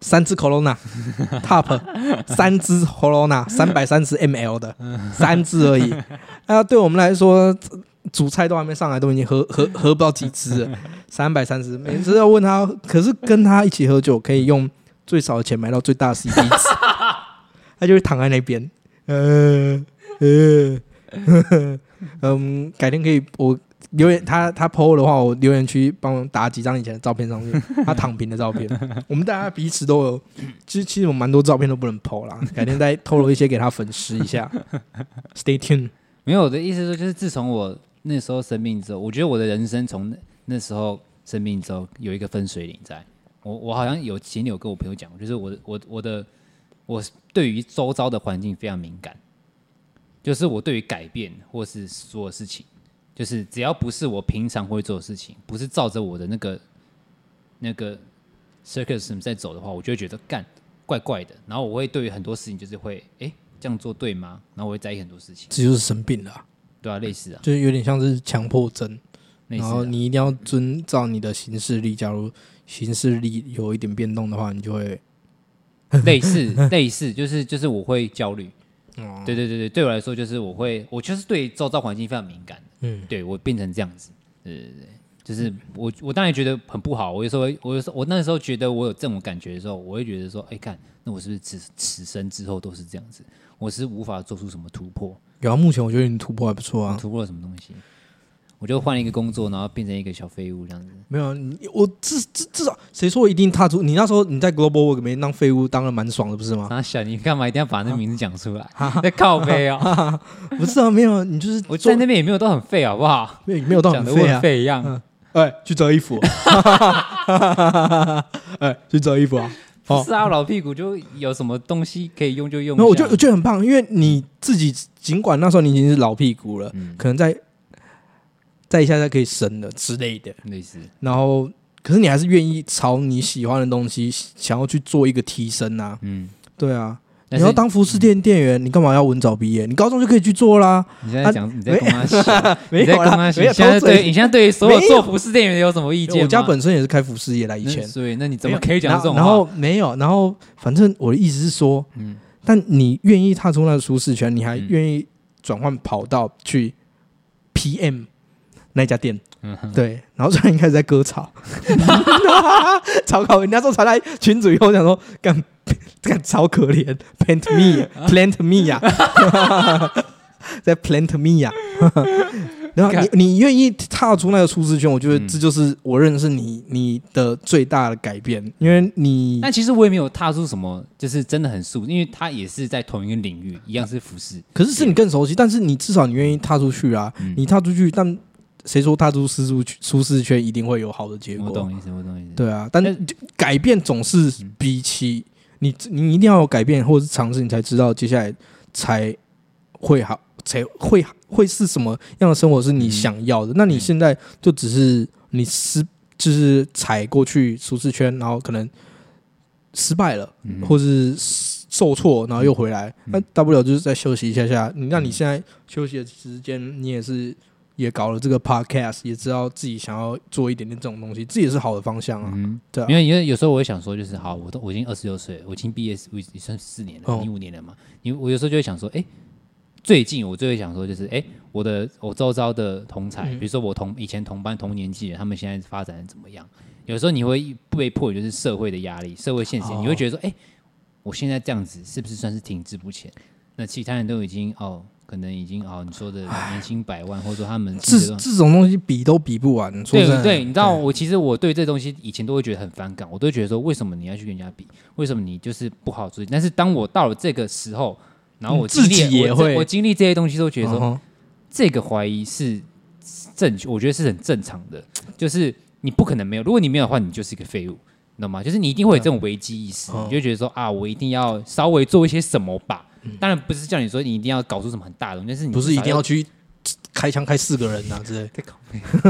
[SPEAKER 2] 三支 Corona top 三支 Corona 三百三十 ml 的三支而已，那对我们来说。主菜都还没上来，都已经喝喝喝不到几支了，三百三十。每次要问他，可是跟他一起喝酒可以用最少的钱买到 最大的 CD 纸，他就会躺在那边，呃呃， 呵呵嗯，改天可以我留言，他他 PO 的话，我留言区帮我打几张以前的照片上去，他躺平的照 片，我们大家彼此都有，其实其实我蛮多照片都不能 PO 啦，改天再透露一些给他粉丝一下，Stay tuned。
[SPEAKER 1] 没有我的意思是说，就是自从我那时候生病之后，我觉得我的人生从那那时候生病之后有一个分水岭在。我我好像有前天有跟我朋友讲过，就是我的我我的我对于周遭的环境非常敏感，就是我对于改变或是所有事情，就是只要不是我平常会做的事情，不是照着我的那个那个 circus 在走的话，我就会觉得干怪怪的。然后我会对于很多事情就是会诶这样做对吗？然后我会在意很多事情，
[SPEAKER 2] 这就是生病了啊、
[SPEAKER 1] 对啊，类似啊。
[SPEAKER 2] 就是有点像是强迫症。
[SPEAKER 1] 类似啊
[SPEAKER 2] 然
[SPEAKER 1] 的
[SPEAKER 2] 后你一定要遵照你的行事历，假如行事历有一点变动的话，你就会
[SPEAKER 1] 类 似类似，就是就是我会焦虑。对对对对，对我来说就是我会，我就是对周遭环境非常敏感。
[SPEAKER 2] 嗯
[SPEAKER 1] 嗯，对我变成这样子，对对对，就是我我当然觉得很不好。我有时候会我有时候我那时候觉得我有这种感觉的时候，我会觉得说，哎，看那我是不是此此生之后都是这样子？我是无法做出什么突破，
[SPEAKER 2] 有啊。目前我觉得你突破还不错啊。
[SPEAKER 1] 突破了什么东西？我就换了一个工作，然后变成一个小废物这样子。
[SPEAKER 2] 没有啊，你我至至至少谁说我一定踏出？你那时候你在 Global Work 里面当废物当的蛮爽的，不是吗？
[SPEAKER 1] 然后小你干嘛一定要把那名字讲出来？在靠背哦，
[SPEAKER 2] 不是啊，没有啊，你就是
[SPEAKER 1] 我
[SPEAKER 2] 做
[SPEAKER 1] 在那边也没有都很废，好不好？
[SPEAKER 2] 没有没有到
[SPEAKER 1] 讲
[SPEAKER 2] 很
[SPEAKER 1] 的
[SPEAKER 2] 废
[SPEAKER 1] 我很
[SPEAKER 2] 啊。
[SPEAKER 1] 废一样。
[SPEAKER 2] 哎，去折衣服， 哎，去折衣服啊。哦
[SPEAKER 1] 不是啊，老屁股就有什么东西可以用就用一下。
[SPEAKER 2] 那我觉得我觉得很棒，因为你自己尽管那时候你已经是老屁股了，
[SPEAKER 1] 嗯，
[SPEAKER 2] 可能在在一下再可以升了之类的。
[SPEAKER 1] 类似，
[SPEAKER 2] 然后可是你还是愿意朝你喜欢的东西想要去做一个提升啊，
[SPEAKER 1] 嗯，
[SPEAKER 2] 对啊。
[SPEAKER 1] 但
[SPEAKER 2] 你
[SPEAKER 1] 是
[SPEAKER 2] 要当服饰店店员，你干嘛要文藻毕业？你高中就可以去做啦，
[SPEAKER 1] 你现在讲你在公安系，
[SPEAKER 2] 啊 没
[SPEAKER 1] 你在
[SPEAKER 2] 有
[SPEAKER 1] 公
[SPEAKER 2] 啦
[SPEAKER 1] 安，系，
[SPEAKER 2] 没有
[SPEAKER 1] 你现在
[SPEAKER 2] 偷
[SPEAKER 1] 对
[SPEAKER 2] 嘴。
[SPEAKER 1] 你现在对于所有
[SPEAKER 2] 没有
[SPEAKER 1] 做服饰店员有什么意见吗？
[SPEAKER 2] 我家本身也是开服饰业来以
[SPEAKER 1] 那
[SPEAKER 2] 前，
[SPEAKER 1] 所以那你怎么可以讲这种话？
[SPEAKER 2] 然后然后没有，然后反正我的意思是说，
[SPEAKER 1] 嗯
[SPEAKER 2] 但你愿意踏出那个舒适圈，你还
[SPEAKER 1] 嗯
[SPEAKER 2] 愿意转换跑道去 PM 那家店，
[SPEAKER 1] 嗯哼
[SPEAKER 2] 对，然后突然一开始在割草， 草稿，人家说才来群主以后想说干干超可怜，plant me plant me 呀、在 plant me 呀、然后
[SPEAKER 1] 干
[SPEAKER 2] 你你愿意踏出那个舒适圈，我觉得
[SPEAKER 1] 嗯
[SPEAKER 2] 这就是我认识你你的最大的改变，因为你
[SPEAKER 1] 但其实我也没有踏出什么，就是真的很素，因为他也是在同一个领域，一样是服饰。
[SPEAKER 2] 可是是你更熟悉，但是你至少你愿意踏出去啊，
[SPEAKER 1] 嗯
[SPEAKER 2] 你踏出去，但谁说踏出舒适圈舒适圈一定会有好的结
[SPEAKER 1] 我
[SPEAKER 2] 果？
[SPEAKER 1] 懂意思，我懂意思。
[SPEAKER 2] 对啊，但是
[SPEAKER 1] 但
[SPEAKER 2] 就改变总是比起你，你一定要有改变或者是尝试，你才知道接下来才会好，才会会是什么样的生活是你想要的。那你现在就只是你失，就是踩过去舒适圈，然后可能失败了，
[SPEAKER 1] 嗯
[SPEAKER 2] 或是受挫，然后又回来。那大不了就是再休息一下下。你那你现在休息的时间，你也是也搞了这个 podcast，也知道自己想要做一点点这种东西，这也是好的方向啊。
[SPEAKER 1] 嗯，
[SPEAKER 2] 对啊
[SPEAKER 1] 因为因为有时候我会想说，就是好，我都我已经二十六岁了，我已经毕业我已经算四年了，
[SPEAKER 2] 哦
[SPEAKER 1] 已经五年了嘛。你我有时候就会想说，哎、最近我就会想说，就是哎、诶我的我周遭的同才，
[SPEAKER 2] 嗯
[SPEAKER 1] 比如说我同以前同班同年纪的，他们现在发展得怎么样？有时候你会被迫就是社会的压力、社会现实，
[SPEAKER 2] 哦
[SPEAKER 1] 你会觉得说，哎、我现在这样子是不是算是停滞不前？那其他人都已经哦，可能已经哦，你说的年薪百万，或者说他们
[SPEAKER 2] 这
[SPEAKER 1] 自己都
[SPEAKER 2] 这种东西比都比不完。说
[SPEAKER 1] 对
[SPEAKER 2] 真的
[SPEAKER 1] 对，你知道我其实我对这东西以前都会觉得很反感，我都会觉得说为什么你要去跟人家比，为什么你就是不好自己？但是当我到了这个时候，然后我
[SPEAKER 2] 嗯自
[SPEAKER 1] 经历
[SPEAKER 2] 己也
[SPEAKER 1] 我这
[SPEAKER 2] 会
[SPEAKER 1] 我经历这些东西，都觉得说、
[SPEAKER 2] 嗯哼
[SPEAKER 1] 这个怀疑是正确，我觉得是很正常的，就是你不可能没有，如果你没有的话，你就是一个废物，你懂吗？就是你一定会有这种危机意识，
[SPEAKER 2] 嗯
[SPEAKER 1] 你就觉得说啊，我一定要稍微做一些什么吧。当然不是叫你说你一定要搞出什么很大的东西，但是你
[SPEAKER 2] 嗯不是
[SPEAKER 1] 至
[SPEAKER 2] 一
[SPEAKER 1] 少
[SPEAKER 2] 定要去开枪开四个人啊之 类
[SPEAKER 1] 在搞。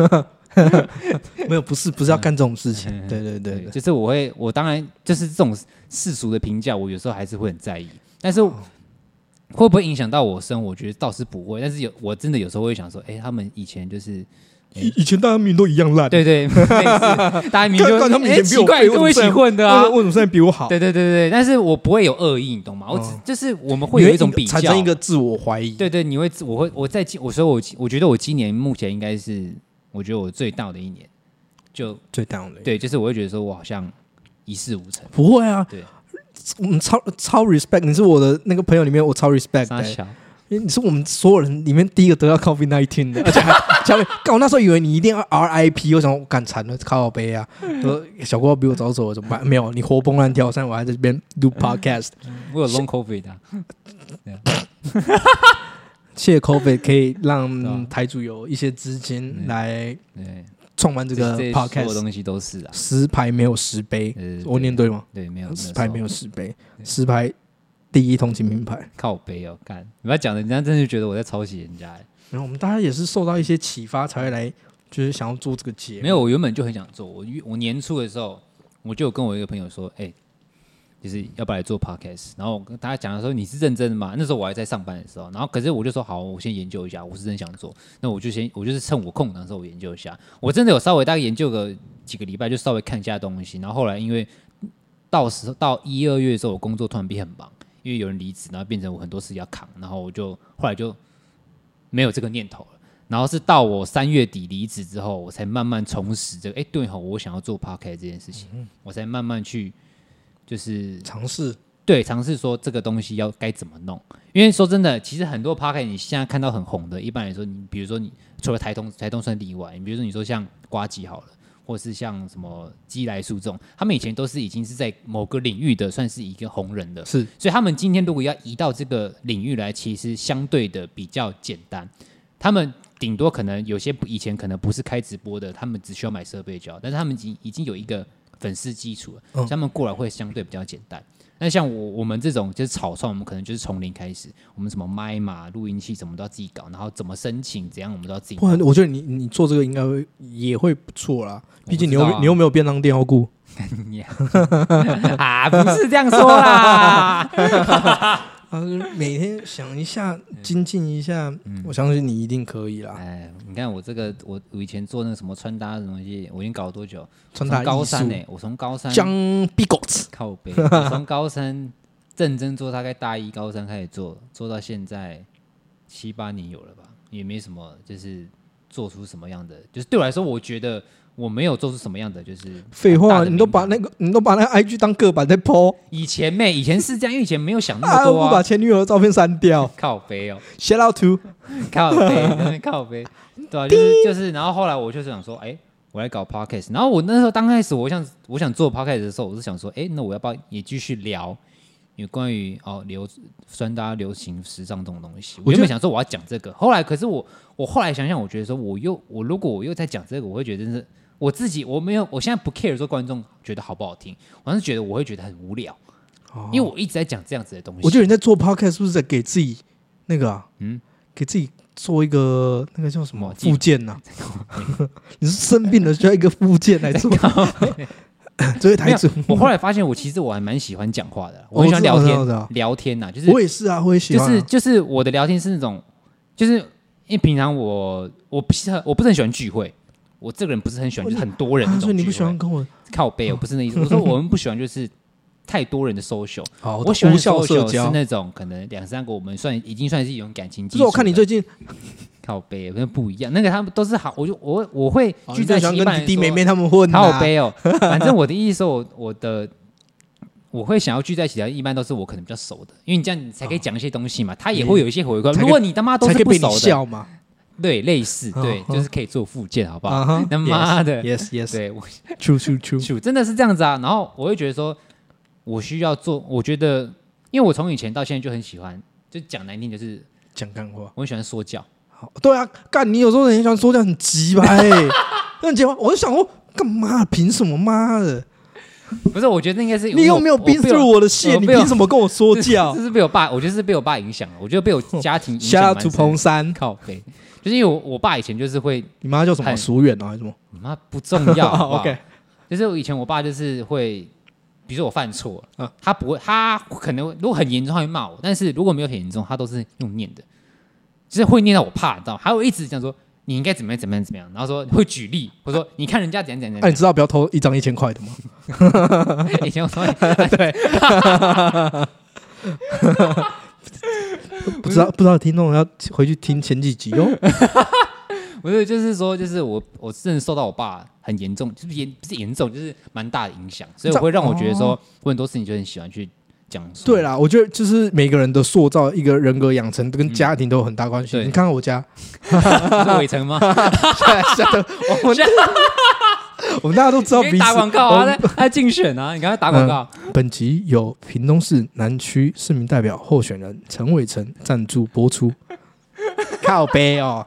[SPEAKER 2] 没有，不是不是要干这种事情。对对对
[SPEAKER 1] 嗯对，
[SPEAKER 2] 对，
[SPEAKER 1] 就是我会，我当然就是这种世俗的评价，我有时候还是会很在意，但
[SPEAKER 2] 哦
[SPEAKER 1] 是会不会影响到我生活？我觉得倒是不会，但是有我真的有时候会想说，哎、他们以前就是，
[SPEAKER 2] 以以前大家名都一样烂，
[SPEAKER 1] 对对，类 似大家明明就
[SPEAKER 2] 干干他们以
[SPEAKER 1] 哎、
[SPEAKER 2] 前比
[SPEAKER 1] 奇
[SPEAKER 2] 我
[SPEAKER 1] 怪，
[SPEAKER 2] 废为
[SPEAKER 1] 跟我一
[SPEAKER 2] 什
[SPEAKER 1] 起
[SPEAKER 2] 么
[SPEAKER 1] 混的
[SPEAKER 2] 为
[SPEAKER 1] 啊
[SPEAKER 2] 什，么为什么现在比我好？
[SPEAKER 1] 对对对对，但是我不会有恶意，你懂吗？我只、
[SPEAKER 2] 哦
[SPEAKER 1] 就是我们会有一种比较，
[SPEAKER 2] 产生一个自我怀疑。
[SPEAKER 1] 对对，你会，我会，我在今，我说我，我觉得我今年目前应该是，我觉得我最大的一年，就
[SPEAKER 2] 最 down 的。
[SPEAKER 1] 对，就是我会觉得说我好像一事无成。
[SPEAKER 2] 不会啊，
[SPEAKER 1] 对，
[SPEAKER 2] 我们超超 respect，你是我的那个朋友里面我超 respect 的、
[SPEAKER 1] 傻小，
[SPEAKER 2] 因为你是我们所有人里面第一个得到 COVID nineteen 的，而且还小干我那时候以为你一定要 RIP，我想我干惨了，靠杯啊，
[SPEAKER 1] 嗯
[SPEAKER 2] 说小郭比我早走了怎么办？没有，你活蹦乱跳，现在我还在这边录
[SPEAKER 1] 嗯
[SPEAKER 2] podcast，
[SPEAKER 1] 我有 long covid 啊，
[SPEAKER 2] 谢谢 COVID 可以
[SPEAKER 1] 对啊
[SPEAKER 2] 让台主有一些资金来
[SPEAKER 1] 对，
[SPEAKER 2] 创办这个
[SPEAKER 1] 嗯这所有
[SPEAKER 2] podcast，
[SPEAKER 1] 东西都是啊，
[SPEAKER 2] 十排没有十杯，
[SPEAKER 1] 呃，
[SPEAKER 2] 我念对吗？
[SPEAKER 1] 对，没有嗯
[SPEAKER 2] 十排没
[SPEAKER 1] 有
[SPEAKER 2] 有十杯，十排第一通勤名牌。
[SPEAKER 1] 靠背哦，干，你不要讲的，人家真的觉得我在抄袭人家欸，
[SPEAKER 2] 然后我们大家也是受到一些启发，才会来就是想要做这个节目。
[SPEAKER 1] 没有，我原本就很想做，我我年初的时候，我就有跟我一个朋友说，哎，就是要不要来做 podcast，然后我跟大家讲的时候，你是认真的吗？那时候我还在上班的时候，然后可是我就说好，我先研究一下，我是真想做，那我就先我就是趁我空档的时候我研究一下，我真的有稍微大概研究个几个礼拜，就稍微看一下东西，然后后来因为到时候到一二月的时候，我工作突然变很忙，因为有人离职，然后变成我很多事要扛，然后我就后来就没有这个念头了。然后是到我三月底离职之后，我才慢慢重拾这个，哎，对吼，我想要做 p o c a s t 这件事情，我才慢慢去就是
[SPEAKER 2] 尝试，
[SPEAKER 1] 对，尝试说这个东西要该怎么弄。因为说真的，其实很多 p o c a s t 你现在看到很红的，一般来说，你比如说你除了台东，台东算例外，你比如说你说像瓜吉好了，或是像什么基来树这种，他们以前都是已经是在某个领域的算是一个红人的，
[SPEAKER 2] 是
[SPEAKER 1] 所以他们今天如果要移到这个领域来，其实相对的比较简单。他们顶多可能有些以前可能不是开直播的，他们只需要买设备就好，但是他们已经已经有一个粉丝基础了，
[SPEAKER 2] 嗯
[SPEAKER 1] 所以他们过来会相对比较简单。那像我我们这种就是草创，我们可能就是从零开始，我们什么麦嘛、录音器什么都要自己搞，然后怎么申请怎样我们都要自己
[SPEAKER 2] 不 然我觉得你你做这个应该会也会不错啦。
[SPEAKER 1] 我
[SPEAKER 2] 毕竟你
[SPEAKER 1] 知
[SPEAKER 2] 又
[SPEAKER 1] 道啊
[SPEAKER 2] 没你又没有便当店要顾，
[SPEAKER 1] 念啊，不是这样说 啦，
[SPEAKER 2] 啊，每天想一下，精进一下，我相信你一定可以啦。
[SPEAKER 1] 嗯哎，你看我这个我我以前做那个什么穿搭的东西，我已经搞了多久？
[SPEAKER 2] 穿搭
[SPEAKER 1] 从高
[SPEAKER 2] 艺
[SPEAKER 1] 三
[SPEAKER 2] 术
[SPEAKER 1] 呢、，我从高三
[SPEAKER 2] 将 Bigots
[SPEAKER 1] 靠背，我从高三认真做，大概大一高三开始做，做到现在七八年有了吧，也没什么就是做出什么样的，就是对我来说，我觉得我没有做出什么样的，就是
[SPEAKER 2] 废
[SPEAKER 1] 很大
[SPEAKER 2] 话，
[SPEAKER 1] 的
[SPEAKER 2] 你都
[SPEAKER 1] 名
[SPEAKER 2] 把
[SPEAKER 1] 堂
[SPEAKER 2] 那个你都把那个 IG 当个板在 po
[SPEAKER 1] 以前妹以前是这样，因为以前没有想那么
[SPEAKER 2] 啊，
[SPEAKER 1] 多
[SPEAKER 2] 我
[SPEAKER 1] 啊，
[SPEAKER 2] 把前女友的照片删掉
[SPEAKER 1] 靠背哦。
[SPEAKER 2] ，shout out to
[SPEAKER 1] 靠背，真的靠背，对啊，就是就是，然后后来我就是想说，哎、我来搞 podcast。然后我那时候刚开始，我想我想做 podcast 的时候，我是想说，哎、那我要不要也继续聊有关于哦流穿搭、流行、时尚这种东西？
[SPEAKER 2] 我
[SPEAKER 1] 我
[SPEAKER 2] 觉
[SPEAKER 1] 原
[SPEAKER 2] 得
[SPEAKER 1] 本想说我要讲这个，后来可是我我后来想想，我觉得说我又我如果我又在讲这个，我会觉得真是我自己我没有，我现在不 care 说观众觉得好不好听，我是觉得我会觉得很无聊，
[SPEAKER 2] 哦
[SPEAKER 1] 因为我一直在讲这样子的东西。
[SPEAKER 2] 我觉得你在做 podcast 是不是在给自己那个啊？
[SPEAKER 1] 嗯
[SPEAKER 2] 嗯，给自己做一个那个叫什么
[SPEAKER 1] 墨镜
[SPEAKER 2] 附件呐、 你是生病了需要一个附件 来做， 这位台主，
[SPEAKER 1] 我后来发现，我其实我还蛮喜欢讲话的啦，
[SPEAKER 2] 哦
[SPEAKER 1] 我很喜欢聊
[SPEAKER 2] 我知道我知道我知
[SPEAKER 1] 天
[SPEAKER 2] 道，
[SPEAKER 1] 聊天呐、就是
[SPEAKER 2] 我也是啊，我也喜
[SPEAKER 1] 就
[SPEAKER 2] 欢啊、
[SPEAKER 1] 是就是我的聊天是那种，就是因为平常我我不是很我不是很喜欢聚会，我这个人不是很喜欢就是很多人那
[SPEAKER 2] 啊所以
[SPEAKER 1] 种
[SPEAKER 2] 你
[SPEAKER 1] 聚
[SPEAKER 2] 不喜
[SPEAKER 1] 会
[SPEAKER 2] 欢。跟我
[SPEAKER 1] 靠背，我不是那意 思，我说我们不喜欢就是太多人的 social，
[SPEAKER 2] 哦
[SPEAKER 1] 我喜欢
[SPEAKER 2] 无
[SPEAKER 1] 的
[SPEAKER 2] 效
[SPEAKER 1] social
[SPEAKER 2] 社
[SPEAKER 1] 是
[SPEAKER 2] 交。
[SPEAKER 1] 那种可能两三个我们算已经算是一种感情基础
[SPEAKER 2] 就是
[SPEAKER 1] 的。
[SPEAKER 2] 我看你最近
[SPEAKER 1] 靠背，那不一样，那个他们都是好，我就我我会
[SPEAKER 2] 哦
[SPEAKER 1] 聚
[SPEAKER 2] 你
[SPEAKER 1] 在
[SPEAKER 2] 最
[SPEAKER 1] 一起
[SPEAKER 2] 喜欢
[SPEAKER 1] 一
[SPEAKER 2] 跟
[SPEAKER 1] 般人
[SPEAKER 2] 弟弟
[SPEAKER 1] 说
[SPEAKER 2] 妹妹他们混啊，
[SPEAKER 1] 靠背哦，反正我的意思说，我我的我会想要聚在一起的，一般都是我可能比较熟的，因为你这样你才可以讲一些东西嘛，他也会有一些回馈。
[SPEAKER 2] 嗯才可以
[SPEAKER 1] 如果你他妈都
[SPEAKER 2] 才可
[SPEAKER 1] 是
[SPEAKER 2] 以
[SPEAKER 1] 不
[SPEAKER 2] 被你
[SPEAKER 1] 熟的，
[SPEAKER 2] 笑嘛。
[SPEAKER 1] 对，类似
[SPEAKER 2] 哦
[SPEAKER 1] 对，
[SPEAKER 2] 哦
[SPEAKER 1] 就是可以做附件，好不好？
[SPEAKER 2] 啊哈
[SPEAKER 1] 他妈的
[SPEAKER 2] ，yes yes，
[SPEAKER 1] 对，我
[SPEAKER 2] true true true，
[SPEAKER 1] 真的是这样子啊。然后我会觉得说，我需要做，我觉得，因为我从以前到现在就很喜欢，就讲难听，就是
[SPEAKER 2] 讲干话。
[SPEAKER 1] 我很喜欢说教。
[SPEAKER 2] 好对啊，干你有时候很喜欢说这样很急 吧？哎，那结婚我就想说，干嘛？凭什么？妈的，
[SPEAKER 1] 不是，我觉得应该是
[SPEAKER 2] 你又没有
[SPEAKER 1] 逼
[SPEAKER 2] been through 我的线，
[SPEAKER 1] 我
[SPEAKER 2] 你
[SPEAKER 1] 被我
[SPEAKER 2] 凭什么跟我说 教
[SPEAKER 1] 这是被我爸，我觉得是被我爸影响了，我觉得被我家庭影响蛮
[SPEAKER 2] ？Shout out
[SPEAKER 1] 深的。
[SPEAKER 2] to 彭山，
[SPEAKER 1] 靠背，就是因为我我爸以前就是会，
[SPEAKER 2] 你妈叫什么？
[SPEAKER 1] 嗨
[SPEAKER 2] 淑远啊，还是什么
[SPEAKER 1] 你妈不重 要好不哎好
[SPEAKER 2] OK
[SPEAKER 1] 就是我以前我爸就是会，比如说我犯错了，
[SPEAKER 2] 啊
[SPEAKER 1] 他不会，他可能如果很严重他会骂我，但是如果没有很严重，他都是用念的，就是会念到我怕，你知道吗？还会一直讲说你应该怎么样怎么样怎么样，然后说会举例，或者说你看人家怎样怎样
[SPEAKER 2] 哎，你
[SPEAKER 1] 怎
[SPEAKER 2] 知道不要偷一张一千块的吗？哎
[SPEAKER 1] 样， 以前我说嗯
[SPEAKER 2] 不知道不知道，听众要回去听前几集哦 哟。
[SPEAKER 1] 不是，就是说，就是我，我真的受到我爸很严重，就是严不是严重，就是蛮大的影响，所以我会让我觉得说，我很多事情就很喜欢去讲说。
[SPEAKER 2] 哦 对啦，我觉得就是每个人的塑造，一个人格养成跟家庭都有很大关系。
[SPEAKER 1] 对
[SPEAKER 2] 你看看 我家，
[SPEAKER 1] 不是伟成吗？
[SPEAKER 2] 吓得 我们我们大家都知道
[SPEAKER 1] 你可
[SPEAKER 2] 彼
[SPEAKER 1] 以打广告啊，
[SPEAKER 2] 此。
[SPEAKER 1] 他 他竞选啊，你赶快打广告。
[SPEAKER 2] 本集由屏东市南区市民代表候选人陈伟成赞助播 出。靠背哦，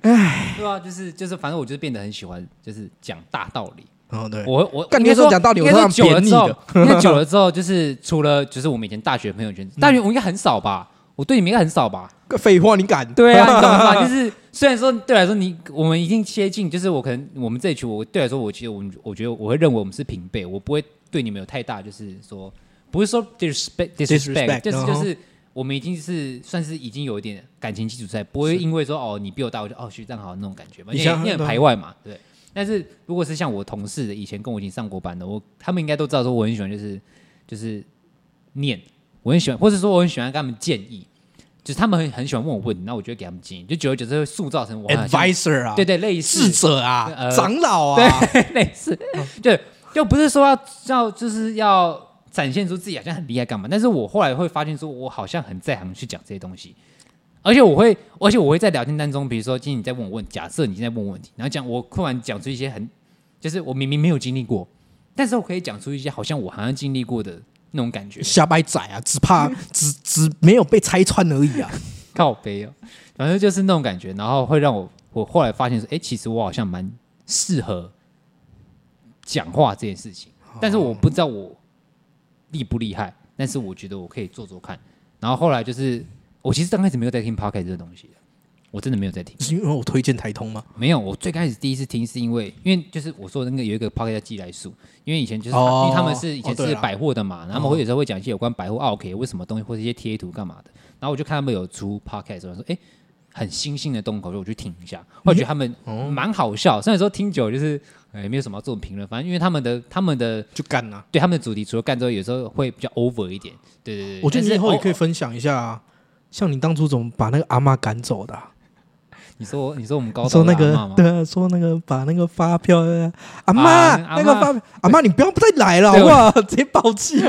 [SPEAKER 1] 对啊，就是就是，反正我就是变得很喜欢，就是讲大道理。
[SPEAKER 2] 哦对，
[SPEAKER 1] 我我
[SPEAKER 2] 干
[SPEAKER 1] 应该
[SPEAKER 2] 你那时候讲道理
[SPEAKER 1] 应该说
[SPEAKER 2] 我突
[SPEAKER 1] 久了
[SPEAKER 2] 然扁你
[SPEAKER 1] 之
[SPEAKER 2] 的
[SPEAKER 1] 后，因 为久了之后，就是除了就是我们以前大学朋友圈，
[SPEAKER 2] 嗯
[SPEAKER 1] 大学我应该很少吧，我对你们应该很少吧。
[SPEAKER 2] 废话你敢？
[SPEAKER 1] 对啊，你懂吗？ 就是虽然说对我来说你我们已经接近，就是我可能我们这一群，我对我来说，我其实我们我觉得我会认为我们是平辈，我不会对你们有太大就是说不是说 disrespect
[SPEAKER 2] Disrespect，
[SPEAKER 1] disrespect，就是
[SPEAKER 2] 嗯
[SPEAKER 1] 就
[SPEAKER 2] 哼
[SPEAKER 1] 是我们已经是算是已经有一点感情基础在，不会因为说哦你比我大我就哦学长好那种感觉嘛，
[SPEAKER 2] 你
[SPEAKER 1] 因
[SPEAKER 2] 像
[SPEAKER 1] 为因为很排外嘛，对。但是如果是像我同事的，以前跟我已经上过班的，我他们应该都知道说我很喜欢就是就是念，我很喜欢，或者说我很喜欢跟他们建议，就是他们很很喜欢问我问题，那我就会给他们建议，就久而久之会塑造成我好像
[SPEAKER 2] advisor 啊，
[SPEAKER 1] 对对类
[SPEAKER 2] 智
[SPEAKER 1] 似
[SPEAKER 2] 者啊，
[SPEAKER 1] 呃
[SPEAKER 2] 长老啊，
[SPEAKER 1] 类似，对，就不是说要要就是要展现出自己好像很厉害干嘛，但是我后来会发现说，我好像很在行去讲这些东西。而且我会，而且我会在聊天当中，比如说今天你在问我问，假设你现在问我问题，然后讲我突然讲出一些很，就是我明明没有经历过，但是我可以讲出一些好像我好像经历过的那种感觉。
[SPEAKER 2] 瞎掰仔啊，只怕只只没有被拆穿而已啊。
[SPEAKER 1] 靠背哦，反正就是那种感觉，然后会让我我后来发现说，哎、其实我好像蛮适合讲话这件事情，但是我不知道我厉不厉害，但是我觉得我可以做做看。然后后来就是，我其实刚开始没有在听 podcast 这个东西的，我真的没有在听，
[SPEAKER 2] 是因为我推荐台通吗？
[SPEAKER 1] 没有。我最开始第一次听是因为，因为就是我说的那个有一个 podcast 叫寄来树，因为以前就是他、
[SPEAKER 2] 哦
[SPEAKER 1] 因为他们是以前
[SPEAKER 2] 哦对
[SPEAKER 1] 是
[SPEAKER 2] 啦
[SPEAKER 1] 百货的嘛，然后他们会有时候会讲一些有关百货啊 OK 为什么东西或者一些贴图干嘛的，然后我就看他们有出 podcast，我说哎。诶很新兴的洞口，我就去听一下，我觉得他们蛮好笑。虽然说听久了就是，哎、没有什么这种评论，反正因为他们的他们的
[SPEAKER 2] 就干啦。
[SPEAKER 1] 对他们的主题，除了干之后，有时候会比较 over 一点。对对对，
[SPEAKER 2] 我觉得你以后也可以
[SPEAKER 1] 以。
[SPEAKER 2] 分享一下啊，像你当初怎么把那个阿妈赶走的啊、
[SPEAKER 1] 你说你说我们高
[SPEAKER 2] 说
[SPEAKER 1] 中
[SPEAKER 2] 那
[SPEAKER 1] 的阿嬷
[SPEAKER 2] 个
[SPEAKER 1] 吗
[SPEAKER 2] 对啊，说那个把那个发票，阿妈、
[SPEAKER 1] 啊阿
[SPEAKER 2] 那个
[SPEAKER 1] 嬷
[SPEAKER 2] 发票，阿妈你不要再来了好
[SPEAKER 1] 对
[SPEAKER 2] 不好？直接暴气，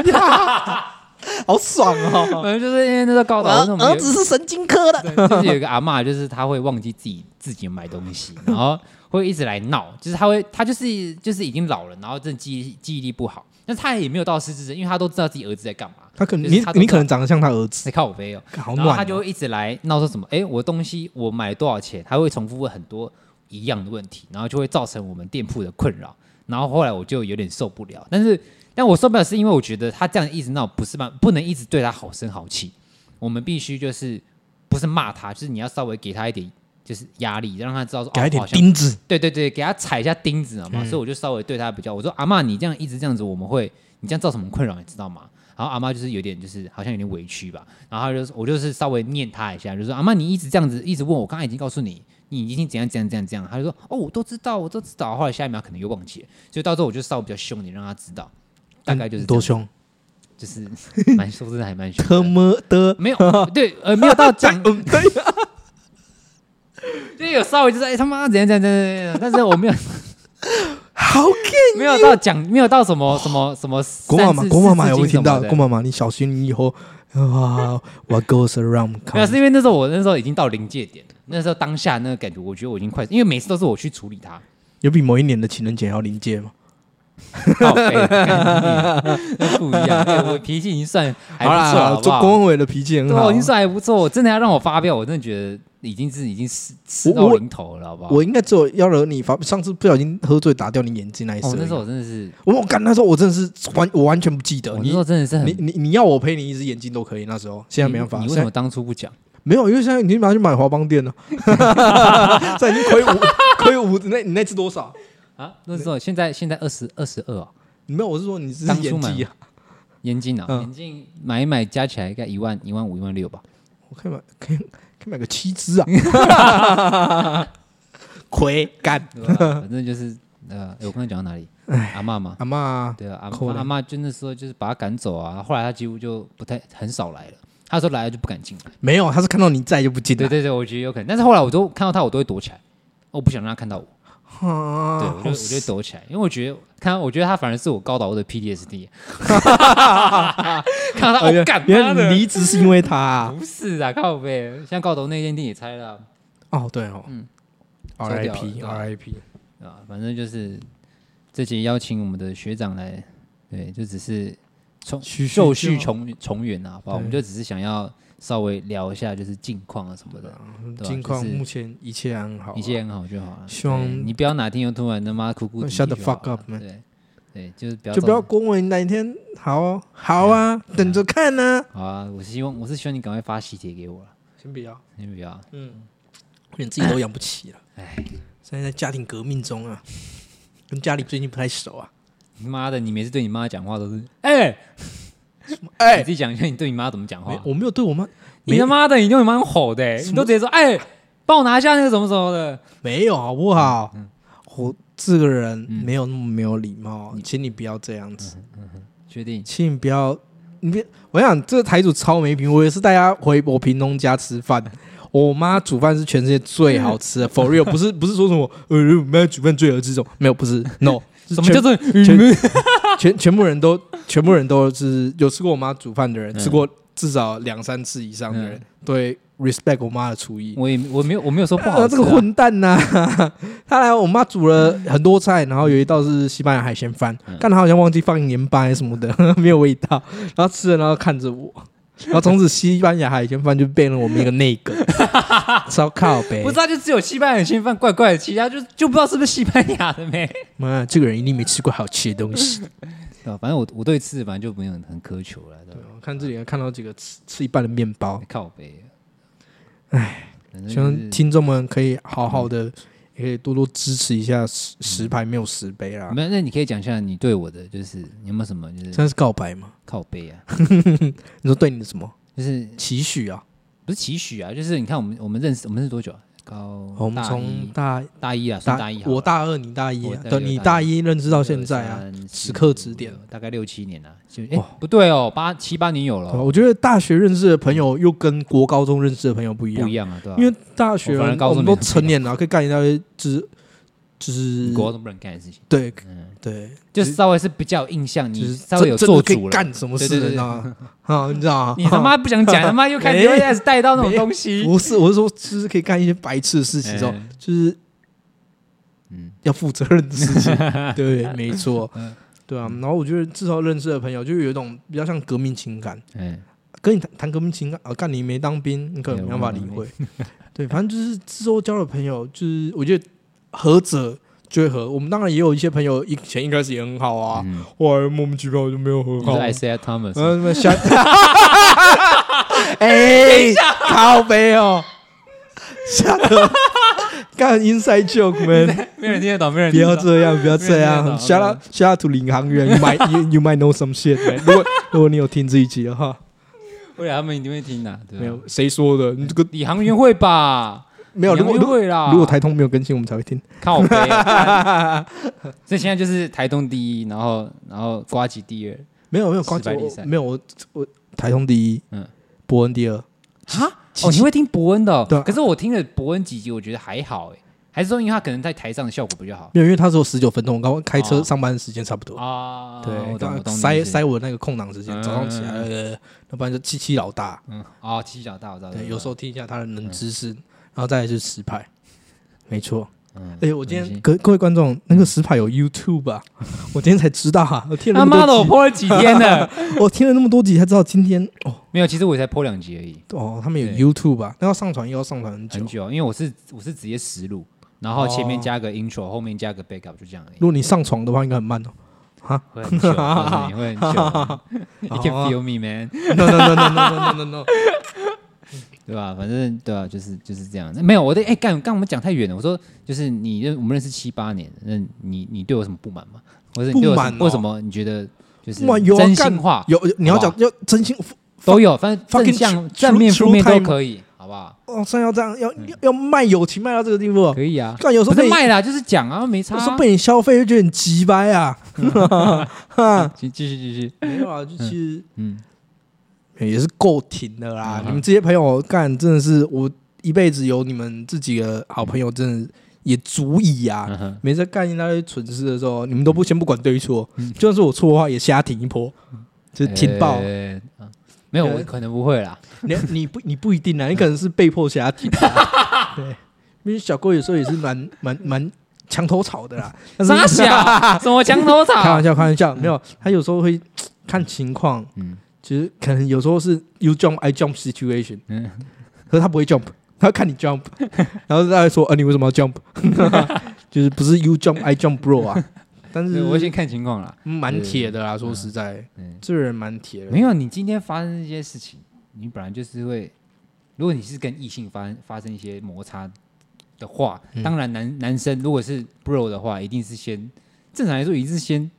[SPEAKER 2] 好爽哦！
[SPEAKER 1] 反正就是因为那时候高岛，那我 们有
[SPEAKER 2] 是神经科的，
[SPEAKER 1] 就是有一个阿嬷，就是她会忘记自己自己买东西，然后会一直来闹， 就是她会，她就是就是已经老了，然后真的记忆记忆力不好，但她也没有到失智症，因为她都知道自己儿子在干嘛，
[SPEAKER 2] 他可能
[SPEAKER 1] 就是
[SPEAKER 2] 你
[SPEAKER 1] 她都
[SPEAKER 2] 你
[SPEAKER 1] 知道
[SPEAKER 2] 可能长得像他儿子，
[SPEAKER 1] 在靠我背哦，
[SPEAKER 2] 好
[SPEAKER 1] 然后她
[SPEAKER 2] 暖
[SPEAKER 1] 就
[SPEAKER 2] 哦。
[SPEAKER 1] 会一直来闹说什么，哎，我东西我买了多少钱，她会重复问很多一样的问题，然后就会造成我们店铺的困扰，然后后来我就有点受不了，但是但我受不了是因为我觉得她这样一直闹不是办，不能一直对她好声好气，我们必须就是不是骂他，就是你要稍微给他一点就是压力，让他知道说
[SPEAKER 2] 给他一
[SPEAKER 1] 哦
[SPEAKER 2] 点
[SPEAKER 1] 好像
[SPEAKER 2] 钉子，
[SPEAKER 1] 对对对，给他踩一下钉子，好吗？
[SPEAKER 2] 嗯
[SPEAKER 1] 所以我就稍微对他比较，我说阿嬷，你这样一直这样子，我们会，你这样造成我们困扰，你知道吗？然后阿妈就是有点就是好像有点委屈吧，然后她就是我就是稍微念她一下，就说阿妈你一直这样子一直问我，我刚才已经告诉你。你已经怎样怎样怎样怎样，她就说哦，我都知道，我都知道。后来下一秒可能又忘记了，所以到时候我就稍微比较凶一点，让她知道，大概就是这
[SPEAKER 2] 嗯多
[SPEAKER 1] 样，
[SPEAKER 2] 凶，
[SPEAKER 1] 就是 蛮说真的还蛮 凶的。
[SPEAKER 2] 特么的， 哎
[SPEAKER 1] 没有，对，呃，没有到讲，
[SPEAKER 2] 嗯，对，
[SPEAKER 1] 就有稍微就是哎、他妈怎样怎样怎样怎样，但是我没有
[SPEAKER 2] 好
[SPEAKER 1] 没有到讲，没有到什
[SPEAKER 2] 哦
[SPEAKER 1] 么什么什么三字。
[SPEAKER 2] 郭妈妈，郭妈妈
[SPEAKER 1] 四
[SPEAKER 2] 有
[SPEAKER 1] 字
[SPEAKER 2] 没有
[SPEAKER 1] 经
[SPEAKER 2] 听到？
[SPEAKER 1] 什么的
[SPEAKER 2] 郭妈妈，你小心，你以后啊，What goes around
[SPEAKER 1] 没有，是
[SPEAKER 2] comes。
[SPEAKER 1] 因为那时候我那时候已经到临界点了，那时候当下那个感觉，我觉得我已经快，因为每次都是我去处理它，
[SPEAKER 2] 有比某一年的情人节还要临界吗？
[SPEAKER 1] 靠背 干你那不一样，哎我脾气已经算还
[SPEAKER 2] 好啦，
[SPEAKER 1] 不错了，
[SPEAKER 2] 好啦
[SPEAKER 1] 好不
[SPEAKER 2] 做
[SPEAKER 1] 好
[SPEAKER 2] 郭文伟的脾气很
[SPEAKER 1] 对，啊
[SPEAKER 2] 好
[SPEAKER 1] 我已。经算还不错，我真的要让我发飙，我真的觉得已经是已经是吃到
[SPEAKER 2] 我
[SPEAKER 1] 临头了，好不好？
[SPEAKER 2] 我应该只有要惹你发，上次不小心喝醉打掉你眼睛那一次而
[SPEAKER 1] 哦
[SPEAKER 2] 已。，
[SPEAKER 1] 那时候我真的是，哦
[SPEAKER 2] 我我干，那时候我真的是完，我完全不记得
[SPEAKER 1] 我那
[SPEAKER 2] 你
[SPEAKER 1] 时候真的是很
[SPEAKER 2] 你，你你要我赔你一只眼睛都可以，那时候现在没办法，
[SPEAKER 1] 你你为
[SPEAKER 2] 现
[SPEAKER 1] 什
[SPEAKER 2] 在
[SPEAKER 1] 么当初不讲？
[SPEAKER 2] 没有，因为现在你马上去买华邦店了， 现在已经亏五亏五，那你那只多少？
[SPEAKER 1] 啊，那时候现在现在二十二十二哦，
[SPEAKER 2] 没有，我是说你只是
[SPEAKER 1] 当初
[SPEAKER 2] 演
[SPEAKER 1] 买
[SPEAKER 2] 技啊，
[SPEAKER 1] 眼镜啊，
[SPEAKER 2] 嗯
[SPEAKER 1] 眼镜买一买加起来应该一万一万五一万六吧。
[SPEAKER 2] 我可以买可以可以买个七只啊，啊 亏干
[SPEAKER 1] 对吧 反正就是呃，诶我刚才讲到哪里？阿嬷嘛，
[SPEAKER 2] 阿妈
[SPEAKER 1] 对啊，阿
[SPEAKER 2] 扣
[SPEAKER 1] 嬷
[SPEAKER 2] 了
[SPEAKER 1] 阿嬷就那时候就是把他赶走啊，后来他几乎就不太很少来了。他说来了就不敢进来。
[SPEAKER 2] 没有，他是看到你在就不进
[SPEAKER 1] 对
[SPEAKER 2] 来，
[SPEAKER 1] 对对，我觉得有可能，但是后来我都看到他，我都会躲起来，我不想让他看到我。
[SPEAKER 2] 啊
[SPEAKER 1] 对，我就我就会躲起来，因为我觉得看到，我觉得他反而是我高岛的 PTSD。看到他，
[SPEAKER 2] 哎
[SPEAKER 1] 我
[SPEAKER 2] 呀
[SPEAKER 1] 哦干
[SPEAKER 2] 原
[SPEAKER 1] 妈
[SPEAKER 2] 来你
[SPEAKER 1] 的。
[SPEAKER 2] 离职是因为他啊
[SPEAKER 1] 不是啊，靠背，像高岛那间店也拆了啊。
[SPEAKER 2] 哦，对哦，嗯
[SPEAKER 1] 收掉了对
[SPEAKER 2] ，RIP
[SPEAKER 1] 吧
[SPEAKER 2] RIP，
[SPEAKER 1] 啊，反正就是这集邀请我们的学长来，对，就只是重
[SPEAKER 2] 徐
[SPEAKER 1] 就绪
[SPEAKER 2] 徐
[SPEAKER 1] 重重圆啊，好不好？
[SPEAKER 2] 对
[SPEAKER 1] 我们就只是想要稍微聊一下，就是近况啊什么的，对吧
[SPEAKER 2] 近况
[SPEAKER 1] 就是
[SPEAKER 2] 目前一切安好啊，
[SPEAKER 1] 一切很好就好了。
[SPEAKER 2] 希望
[SPEAKER 1] 对你不要哪天又突然他妈哭哭啼啼
[SPEAKER 2] Shut the
[SPEAKER 1] 就好
[SPEAKER 2] fuck up,
[SPEAKER 1] 了
[SPEAKER 2] man
[SPEAKER 1] 对对，就是不要哎
[SPEAKER 2] 就不要
[SPEAKER 1] 这种
[SPEAKER 2] 公文哪一天好哦好啊，等着看呢，
[SPEAKER 1] 好啊！我是希望我是希望你赶快发喜帖给我了，
[SPEAKER 2] 先不要，
[SPEAKER 1] 你不要
[SPEAKER 2] 嗯，连自己都养不起了，哎，现在在家庭革命中啊，跟家里最近不太熟啊，
[SPEAKER 1] 你妈的！你每次对你妈讲话都是哎，你
[SPEAKER 2] 哎，
[SPEAKER 1] 自己讲一下你对你妈怎么讲话啊
[SPEAKER 2] 没，。我没有对我妈，
[SPEAKER 1] 哦你他妈的，你对你妈用吼的、欸，
[SPEAKER 2] 什
[SPEAKER 1] 你都直接说哎，帮我拿下那个什么什么的。
[SPEAKER 2] 没有好不好？我这个人
[SPEAKER 1] 嗯
[SPEAKER 2] 没有那么没有礼貌，请你不要这样子，
[SPEAKER 1] 确定？
[SPEAKER 2] 请你不要，你别，我想这个台主超没品，我也是带他回我屏东家 吃饭。我妈煮饭是全世界最好吃的，for real，不是不是说什么呃我妈煮饭最好吃这种，没有 不是，no，是
[SPEAKER 1] 什么
[SPEAKER 2] 全
[SPEAKER 1] 叫做
[SPEAKER 2] 全全全部人都全部人都是有吃过我妈煮饭的人，
[SPEAKER 1] 嗯
[SPEAKER 2] 吃过至少两三次以上的人，对 respect 我妈的厨艺。
[SPEAKER 1] 我也我没有我没有说不好、啊
[SPEAKER 2] 呃，这个，混蛋呐、 他来我妈煮了很多菜，然后有一道是西班牙海鲜饭，
[SPEAKER 1] 嗯
[SPEAKER 2] 但他好像忘记放盐巴还是什么的， 没有味道。然后吃了，然后看着我，然后从此西班牙海鲜饭就变成我们一个内 梗，烧靠呗
[SPEAKER 1] 不。知道就只有西班牙人先犯怪怪的，其他就就不知道是不是西班牙的没。
[SPEAKER 2] 妈，这个人一定没吃过好吃的 东西。
[SPEAKER 1] 对啊，反正我我对吃的反正就没有很很苛求了，对吧？
[SPEAKER 2] 我看这里还看到几个吃吃一半的面包，
[SPEAKER 1] 靠背，啊哎，
[SPEAKER 2] 希望听众们可以好好
[SPEAKER 1] 嗯
[SPEAKER 2] 的，也可以多多支持一下十十排没有十杯啦。
[SPEAKER 1] 没有，那你可以讲一下你对我的，就是你有没有什么就是
[SPEAKER 2] 真的是告白吗？
[SPEAKER 1] 靠背啊，
[SPEAKER 2] 你说对你的什么
[SPEAKER 1] 就是
[SPEAKER 2] 期许啊？
[SPEAKER 1] 不是期许啊，就是你看我们我们认识我们是多久啊？高
[SPEAKER 2] 哦我们
[SPEAKER 1] 大
[SPEAKER 2] 从
[SPEAKER 1] 一
[SPEAKER 2] 大
[SPEAKER 1] 大一啊，算大一好了，
[SPEAKER 2] 我大二，你大一
[SPEAKER 1] 我
[SPEAKER 2] 啊，
[SPEAKER 1] 大一我
[SPEAKER 2] 对，你
[SPEAKER 1] 大
[SPEAKER 2] 大一认识到
[SPEAKER 1] 一
[SPEAKER 2] 现
[SPEAKER 1] 二
[SPEAKER 2] 在啊，
[SPEAKER 1] 三四
[SPEAKER 2] 时刻
[SPEAKER 1] 五
[SPEAKER 2] 指点
[SPEAKER 1] 六大概六七年了、就哎、
[SPEAKER 2] 哇
[SPEAKER 1] 不对哦，八七八年有了
[SPEAKER 2] 对吧
[SPEAKER 1] 哦、
[SPEAKER 2] 我觉得大学认识的朋友又跟国高中认识的朋友不一
[SPEAKER 1] 不
[SPEAKER 2] 样
[SPEAKER 1] 一，样啊，对吧、
[SPEAKER 2] 因为大学
[SPEAKER 1] 我反而
[SPEAKER 2] 人
[SPEAKER 1] 高
[SPEAKER 2] 我
[SPEAKER 1] 中
[SPEAKER 2] 们都
[SPEAKER 1] 没有
[SPEAKER 2] 成年了，可以干一大堆，就是就是
[SPEAKER 1] 你国中不能干的事情，
[SPEAKER 2] 对
[SPEAKER 1] 嗯，
[SPEAKER 2] 对，
[SPEAKER 1] 就
[SPEAKER 2] 只
[SPEAKER 1] 稍微是比较有印象，
[SPEAKER 2] 就
[SPEAKER 1] 你
[SPEAKER 2] 是
[SPEAKER 1] 稍微有
[SPEAKER 2] 真
[SPEAKER 1] 做
[SPEAKER 2] 真的可
[SPEAKER 1] 主
[SPEAKER 2] 以
[SPEAKER 1] 了。
[SPEAKER 2] 干什么
[SPEAKER 1] 对对
[SPEAKER 2] 事
[SPEAKER 1] 对
[SPEAKER 2] 你知道吗？啊，你知道吗？
[SPEAKER 1] 你他妈不想讲，他妈又开
[SPEAKER 2] 哎
[SPEAKER 1] 始又开始带到那种东西。哎
[SPEAKER 2] 不是，我是说，就是可以干一些白痴的事情之后，
[SPEAKER 1] 嗯
[SPEAKER 2] 就是
[SPEAKER 1] 嗯，
[SPEAKER 2] 要负责任的事情。 对，没错
[SPEAKER 1] 嗯，
[SPEAKER 2] 对啊。然后我觉得至少认识的朋友，就有一种比较像革命情感。
[SPEAKER 1] 嗯，
[SPEAKER 2] 跟你谈谈革命情感啊，干你没当兵，你可能没办法理会。 对，反正就是之后交的朋友，就是我觉得合者就会合。我们当然也有一些朋友以前一开始也很好啊，
[SPEAKER 1] 嗯
[SPEAKER 2] 后来莫名其妙就没有很
[SPEAKER 1] 你
[SPEAKER 2] 好
[SPEAKER 1] 说
[SPEAKER 2] 啊。
[SPEAKER 1] Isaiah Thomas，
[SPEAKER 2] 嗯，那 么下，哎，靠背哦，下个干 inside joke man，
[SPEAKER 1] 没人听得懂，没人
[SPEAKER 2] 不
[SPEAKER 1] 听
[SPEAKER 2] 要
[SPEAKER 1] 得懂。
[SPEAKER 2] 这样，不要这
[SPEAKER 1] 没有
[SPEAKER 2] 样。
[SPEAKER 1] 听得
[SPEAKER 2] Shout
[SPEAKER 1] 懂
[SPEAKER 2] out shout out to 领航员，you might you, you might know some shit man。如果 如果你有听这一集的话，
[SPEAKER 1] 不然他们一定会听的、对吧啊
[SPEAKER 2] 没有谁说的，你这个
[SPEAKER 1] 李航员会吧？
[SPEAKER 2] 没有。
[SPEAKER 1] 李
[SPEAKER 2] 如
[SPEAKER 1] 航
[SPEAKER 2] 果
[SPEAKER 1] 员
[SPEAKER 2] 如果
[SPEAKER 1] 会啦。
[SPEAKER 2] 如果台通没有更新，我们才会听。
[SPEAKER 1] 靠 北 啊，干所以现在就是台东第一，然后然后瓜吉第二
[SPEAKER 2] 没有没有，
[SPEAKER 1] 失败
[SPEAKER 2] 关键
[SPEAKER 1] 比
[SPEAKER 2] 我
[SPEAKER 1] 赛
[SPEAKER 2] 没有我我台通第一，
[SPEAKER 1] 嗯
[SPEAKER 2] 嗯，伯恩第二，
[SPEAKER 1] 啊。哦，你会听伯恩的哦、
[SPEAKER 2] 对啊
[SPEAKER 1] 可是我听了伯恩几集，我觉得还好哎，还是说因为他可能在台上的效果比较好
[SPEAKER 2] 没有，因为他只有十九分钟，我刚刚开车
[SPEAKER 1] 哦
[SPEAKER 2] 上班的时间差不多。
[SPEAKER 1] 啊？
[SPEAKER 2] 对，
[SPEAKER 1] 我懂
[SPEAKER 2] 刚
[SPEAKER 1] 我懂，
[SPEAKER 2] 塞
[SPEAKER 1] 你是
[SPEAKER 2] 塞我那个空档时间，早上起来，
[SPEAKER 1] 嗯
[SPEAKER 2] 呃要不然就七七老大，
[SPEAKER 1] 嗯哦，七角大我知道，
[SPEAKER 2] 对，有时
[SPEAKER 1] 候
[SPEAKER 2] 候听一下他的冷知识，然后再来是实拍，没错。
[SPEAKER 1] 嗯
[SPEAKER 2] 哎，我
[SPEAKER 1] 没
[SPEAKER 2] 今
[SPEAKER 1] 关
[SPEAKER 2] 天
[SPEAKER 1] 系
[SPEAKER 2] 各各位观众，那个实拍有 YouTube 吧？我今天才知道啊，我听了
[SPEAKER 1] 他
[SPEAKER 2] 那
[SPEAKER 1] 妈
[SPEAKER 2] 么
[SPEAKER 1] 的我
[SPEAKER 2] 多集，
[SPEAKER 1] 播了几天了？
[SPEAKER 2] 我听了那么多集才知道今天哦
[SPEAKER 1] 没有，其实我也才播两集而已，
[SPEAKER 2] 哦，他们有
[SPEAKER 1] 对
[SPEAKER 2] YouTube 吧？那要上传又要上传很久
[SPEAKER 1] 很。久，因为我是我是直接实录，然后前面
[SPEAKER 2] 哦
[SPEAKER 1] 加个 intro，后面加个 backup，就这样而已
[SPEAKER 2] 如。果你上床的话，应该很慢哦。
[SPEAKER 1] 会很久，告诉你会很久。You can feel me, man，
[SPEAKER 2] No no no no no no no no no。
[SPEAKER 1] 对吧？反正对吧，就是就是这样。没有我的哎，干刚我们讲太远了。我说就是你认我们认识七八年，那你你对我有什么不满吗？或者你对我有什
[SPEAKER 2] 不满
[SPEAKER 1] 么
[SPEAKER 2] 哦
[SPEAKER 1] 为什么你觉得就是
[SPEAKER 2] 哇有啊
[SPEAKER 1] 真心话
[SPEAKER 2] 有有你要讲
[SPEAKER 1] 好
[SPEAKER 2] 要真心
[SPEAKER 1] 都有，反正
[SPEAKER 2] fucking
[SPEAKER 1] 正向
[SPEAKER 2] true-
[SPEAKER 1] 正面
[SPEAKER 2] true-
[SPEAKER 1] 负面都
[SPEAKER 2] time
[SPEAKER 1] 可以，好不好？
[SPEAKER 2] 哦，真要这样，要要要卖友情卖到这个地步哦。
[SPEAKER 1] 可以啊。
[SPEAKER 2] 但有时
[SPEAKER 1] 不
[SPEAKER 2] 候被
[SPEAKER 1] 是
[SPEAKER 2] 你
[SPEAKER 1] 卖啦，就是讲啊，没差
[SPEAKER 2] 有
[SPEAKER 1] 啊。
[SPEAKER 2] 时候被你消费就觉得很鸡掰啊。哈，
[SPEAKER 1] 继继续继续，
[SPEAKER 2] 没有啊，就其实
[SPEAKER 1] 嗯，
[SPEAKER 2] 也是够挺的啦。
[SPEAKER 1] 嗯
[SPEAKER 2] 你们这些朋友干真的是我一辈子有你们自己的好朋友，真的也足矣啊。
[SPEAKER 1] 嗯哼
[SPEAKER 2] 每次干一大堆蠢事的时候，你们都不先不管对错，就算是我错的话，也瞎挺一波，就挺爆。
[SPEAKER 1] 嗯哎啊没有，我可能不会啦。
[SPEAKER 2] 你你不你不一
[SPEAKER 1] 嗯
[SPEAKER 2] 定啊，你可能是被迫瞎挺 啊。对，因为小郭有时候也是蛮蛮蛮墙头草的啦。但是
[SPEAKER 1] 傻 小，什么墙头草？
[SPEAKER 2] 开玩笑，开玩笑，没有，他有时候会看情况，
[SPEAKER 1] 嗯
[SPEAKER 2] 其实可能有时候是 you jump I jump situation，
[SPEAKER 1] 嗯，
[SPEAKER 2] 可是他不会 jump，他看你 jump，然 后他会说，呃，你为什么要 jump？就是不是 you jump I jump bro 啊？但是嗯
[SPEAKER 1] 对我先看情况啦。
[SPEAKER 2] 蛮铁的啊啦，说实在，
[SPEAKER 1] 嗯，
[SPEAKER 2] 这个人蛮铁的
[SPEAKER 1] 没。有，你今天发生这些事情，你本来就是会，如果你是跟异性发生发生一些摩擦的话，
[SPEAKER 2] 嗯
[SPEAKER 1] 当然男男生如果是 bro 的话，一定是先正常来说，一定是先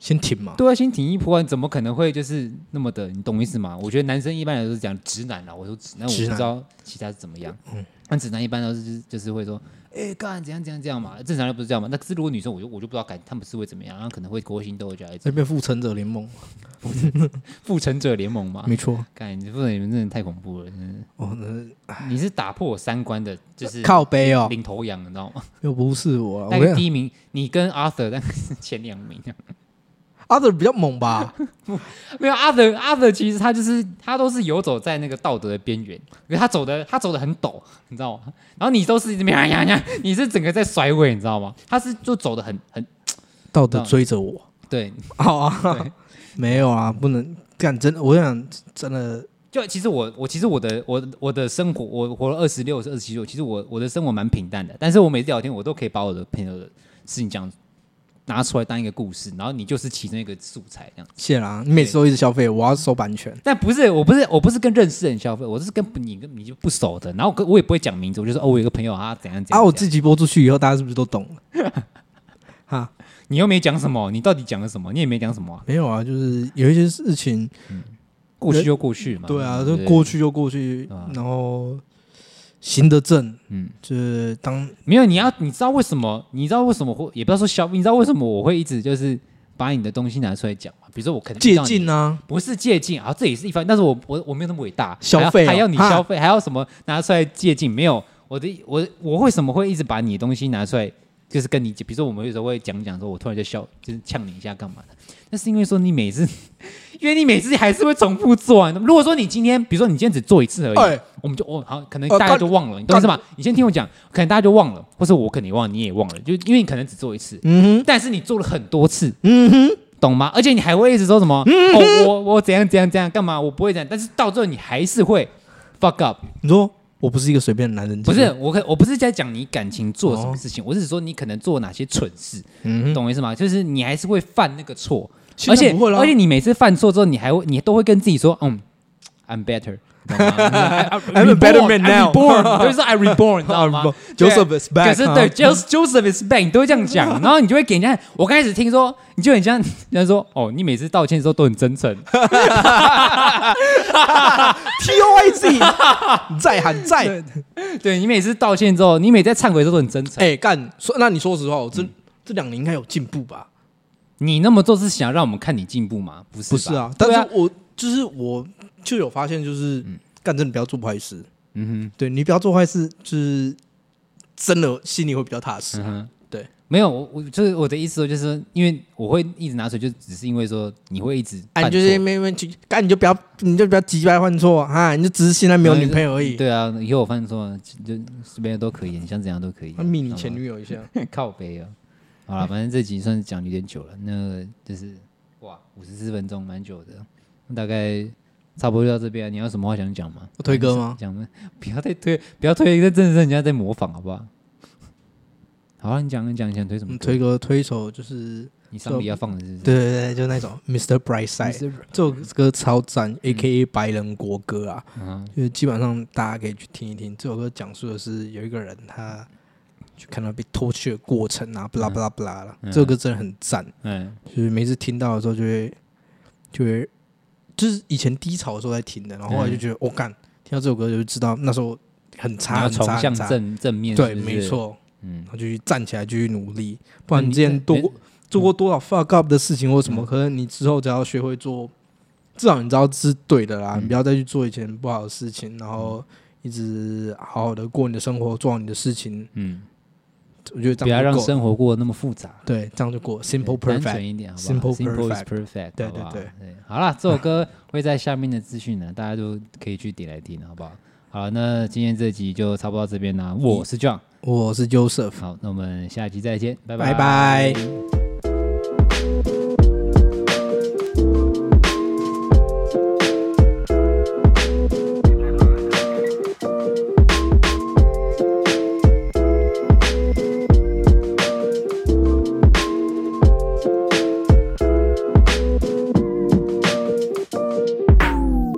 [SPEAKER 2] 先挺嘛，
[SPEAKER 1] 对啊，先挺一波啊，怎么可能会就是那么的？你懂我意思吗？我觉得男生一般来说是讲直男啦，我说直男，我不
[SPEAKER 2] 直男
[SPEAKER 1] 知道其他是怎么样。嗯，但直男一般都是就是就是会说，哎、干怎样怎样怎样嘛，正常人不是这样嘛？那可是如果女生，我就我就不知道该他们是会怎么样，然后可能会勾心斗角，
[SPEAKER 2] 那边复仇者联盟，
[SPEAKER 1] 复仇者联盟嘛。
[SPEAKER 2] 没错。
[SPEAKER 1] 干，你不能，你们真的太恐怖了！真
[SPEAKER 2] 哦，那
[SPEAKER 1] 的你是打破我三观的，就是
[SPEAKER 2] 靠背哦，
[SPEAKER 1] 领头羊，你知道吗？
[SPEAKER 2] 又不是我啊，我
[SPEAKER 1] 那
[SPEAKER 2] 跟
[SPEAKER 1] 个
[SPEAKER 2] 你
[SPEAKER 1] 第一名，你跟 Arthur 但是前两名，啊
[SPEAKER 2] 阿德比较 猛吧？
[SPEAKER 1] 没有 Arthur Arthur 其实他就是他都是游走在那个道德的边缘，因为他走的他走的很陡，你知道吗？然后你都是这边呀哎呀呀，你是整个在甩尾，你知道吗？他是就走的很很
[SPEAKER 2] 道德追着我。
[SPEAKER 1] 对，
[SPEAKER 2] 好啊，没有啊，不能干真的，我想真的
[SPEAKER 1] 就其实我我其实我的我我的生活我活了二十六是二十七岁，其实我我的生活蛮平淡的，但是我每次聊天我都可以把我的朋友的事情讲拿出来当一个故事，然后你就是其中一个素材这样。
[SPEAKER 2] 谢啦，你每次都一直消费，我要收版权。
[SPEAKER 1] 但不是，我不是，我不是跟认识的人消费，我是跟你跟你就不熟的，然后我跟我也不会讲名字，我就说哦，我有一个朋友啊，怎样怎样。
[SPEAKER 2] 啊，我
[SPEAKER 1] 怎样
[SPEAKER 2] 自己播出去以后，大家是不是都懂了？哈，
[SPEAKER 1] 你又没讲什么，你到底讲了什么？你也没讲什么啊、
[SPEAKER 2] 没有啊，就是有一些事情，
[SPEAKER 1] 过去就过去嘛。
[SPEAKER 2] 对啊，
[SPEAKER 1] 不
[SPEAKER 2] 就过去就过去
[SPEAKER 1] 啊，
[SPEAKER 2] 然后行得正，
[SPEAKER 1] 嗯，
[SPEAKER 2] 就是当
[SPEAKER 1] 没有，你要你知道为什么？你知道为什么会也不要说消，你知道为什么我会一直就是把你的东西拿出来讲嘛？比如说我可能遇
[SPEAKER 2] 借
[SPEAKER 1] 到你
[SPEAKER 2] 鉴啊，
[SPEAKER 1] 不是借鉴啊，这也是一番，但是我我我没有那么伟大，
[SPEAKER 2] 消费哦
[SPEAKER 1] 还要还要你
[SPEAKER 2] 哈
[SPEAKER 1] 消费，还要什么拿出来借鉴？没有，我的我我为什么会一直把你的东西拿出来，就是跟你，比如说我们有时候会讲讲说，我突然就笑，就是呛你一下干嘛的？那是因为说你每次， 因为你每次还是会重复做、啊。如果说你今天，比如说你今天只做一次而已，
[SPEAKER 2] 哎
[SPEAKER 1] 我们就哦好，可能
[SPEAKER 2] 呃
[SPEAKER 1] 大家
[SPEAKER 2] 干
[SPEAKER 1] 就忘了，你懂我意思吗？你先听我讲，可能大家就忘了，或者我可能也忘了，你也忘了，就因为你可能只做一次，
[SPEAKER 2] 嗯
[SPEAKER 1] 但是你做了很多次，
[SPEAKER 2] 哼，嗯哼，嗯
[SPEAKER 1] 懂吗？而且你还会一直说什么？哦，我我怎样怎样怎样干嘛？我不会这样，但是到最后你还是会 fuck up。
[SPEAKER 2] 你说我不是一个随便的男人，
[SPEAKER 1] 不，
[SPEAKER 2] 就是哦
[SPEAKER 1] 我可我不是在讲你感情做什么事情，我是说你可能做哪些蠢事，
[SPEAKER 2] 嗯哼，
[SPEAKER 1] 懂我意思吗？就是你还是会犯那个错，
[SPEAKER 2] 现
[SPEAKER 1] 而
[SPEAKER 2] 在
[SPEAKER 1] 且
[SPEAKER 2] 不会啦
[SPEAKER 1] 而且你每次犯错之后，你还会你都会跟自己说，嗯， I'm better，懂 吗
[SPEAKER 2] I'm a better man now.
[SPEAKER 1] I'm reborn，就是 I reborn，你知道吗
[SPEAKER 2] Joseph is
[SPEAKER 1] 可
[SPEAKER 2] back，
[SPEAKER 1] 是
[SPEAKER 2] 啊
[SPEAKER 1] 对，Joseph Joseph is back，你都会这样讲， 然后你就会给人家。我开始听说，你就很像人家说，哦，你每次道歉的时候都很真诚，
[SPEAKER 2] T O I Z，在喊在。
[SPEAKER 1] 对你每次道歉之后，你每次在忏悔的时候都很真诚。
[SPEAKER 2] 哎，干，说那你说实话，我
[SPEAKER 1] 嗯
[SPEAKER 2] 这这两年应该有进步吧？
[SPEAKER 1] 你那么做是想让我们看你进步吗？不是，
[SPEAKER 2] 不是啊，但
[SPEAKER 1] 对啊
[SPEAKER 2] 是，我就是我就有发现，就是干真的不要做坏事。
[SPEAKER 1] 嗯
[SPEAKER 2] 对你不要做坏事，就是真的心里会比较踏
[SPEAKER 1] 哼，
[SPEAKER 2] 实
[SPEAKER 1] 嗯。哼，
[SPEAKER 2] 对，
[SPEAKER 1] 没有，我我就是我的意思，就是因为我会一直拿水，就只是因为说你会一直
[SPEAKER 2] 哎，
[SPEAKER 1] 犯
[SPEAKER 2] 你就
[SPEAKER 1] 错嗯
[SPEAKER 2] 是没问题，干你就不要，你就不要急白犯错啊！你就只是现在没有女朋友而已，
[SPEAKER 1] 对啊，以后我犯错就随便都可以，你想怎样都可以。
[SPEAKER 2] 那密你
[SPEAKER 1] 好吗
[SPEAKER 2] 前女友一下。
[SPEAKER 1] 靠背啊。好
[SPEAKER 2] 嗯
[SPEAKER 1] 了，反正这集算是讲有点久了，那就是哇，五十四分钟，蛮久的，大概差不多就到这边啊。你还有什么话想讲吗？
[SPEAKER 2] 我推歌吗？
[SPEAKER 1] 讲的不要再推，不要推，这真的是人家在模仿，好不好？好啊，你讲，你讲，你想推什
[SPEAKER 2] 我
[SPEAKER 1] 么
[SPEAKER 2] 们
[SPEAKER 1] 歌？
[SPEAKER 2] 嗯推歌推一首就是，
[SPEAKER 1] 你上礼要放的是不是？嗯
[SPEAKER 2] 对对对，就那首 Mr. Brightside
[SPEAKER 1] 是
[SPEAKER 2] 这首歌超
[SPEAKER 1] 嗯
[SPEAKER 2] 赞，A K A 白人国歌啊，
[SPEAKER 1] 啊，
[SPEAKER 2] 就是基本上大家可以去听一听。这首歌讲述的是有一个人他去看到被偷窃的过程啊，不啦不啦不啦啦。
[SPEAKER 1] 嗯
[SPEAKER 2] 这首歌真的很赞，
[SPEAKER 1] 嗯
[SPEAKER 2] 就是每次听到的时候就会就会，就是以前低潮的时候在听的，然后后来就觉得我哦干、听到这首歌就知道那时候
[SPEAKER 1] 嗯
[SPEAKER 2] 很
[SPEAKER 1] 你
[SPEAKER 2] 差，
[SPEAKER 1] 要
[SPEAKER 2] 很
[SPEAKER 1] 从
[SPEAKER 2] 差，
[SPEAKER 1] 向
[SPEAKER 2] 很差。
[SPEAKER 1] 正正面，
[SPEAKER 2] 对，
[SPEAKER 1] 是不是
[SPEAKER 2] 没，错，
[SPEAKER 1] 嗯
[SPEAKER 2] 然，后就去站起来，继续努力，不然
[SPEAKER 1] 那
[SPEAKER 2] 你
[SPEAKER 1] 你哎嗯
[SPEAKER 2] 之前做
[SPEAKER 1] 那
[SPEAKER 2] 过做过多少 fuck up 的事情或什
[SPEAKER 1] 嗯
[SPEAKER 2] 么，可能你之后只要学会做，至少你知道是对的啦，
[SPEAKER 1] 嗯
[SPEAKER 2] 你不要再去做以前不好的事情，然后一直好好的过你的生活，做好你的事情，
[SPEAKER 1] 嗯，
[SPEAKER 2] 我觉得
[SPEAKER 1] 不
[SPEAKER 2] 这
[SPEAKER 1] 要
[SPEAKER 2] 样就
[SPEAKER 1] 让
[SPEAKER 2] 够了。
[SPEAKER 1] 生活过得那么复杂。
[SPEAKER 2] 对，这样就过
[SPEAKER 1] 对
[SPEAKER 2] simple
[SPEAKER 1] 单纯
[SPEAKER 2] perfect。
[SPEAKER 1] 一点，好不好
[SPEAKER 2] Simple
[SPEAKER 1] Simple is
[SPEAKER 2] perfect
[SPEAKER 1] perfect，
[SPEAKER 2] 对
[SPEAKER 1] 好不好
[SPEAKER 2] 对
[SPEAKER 1] 对。好了，这首歌会在下面的资讯呢，大家都可以去点来听，好不好？好，那今天这集就差不多到这边啦。我是 John，
[SPEAKER 2] 我是 Joseph，
[SPEAKER 1] 好，那我们下集再见，拜
[SPEAKER 2] 拜拜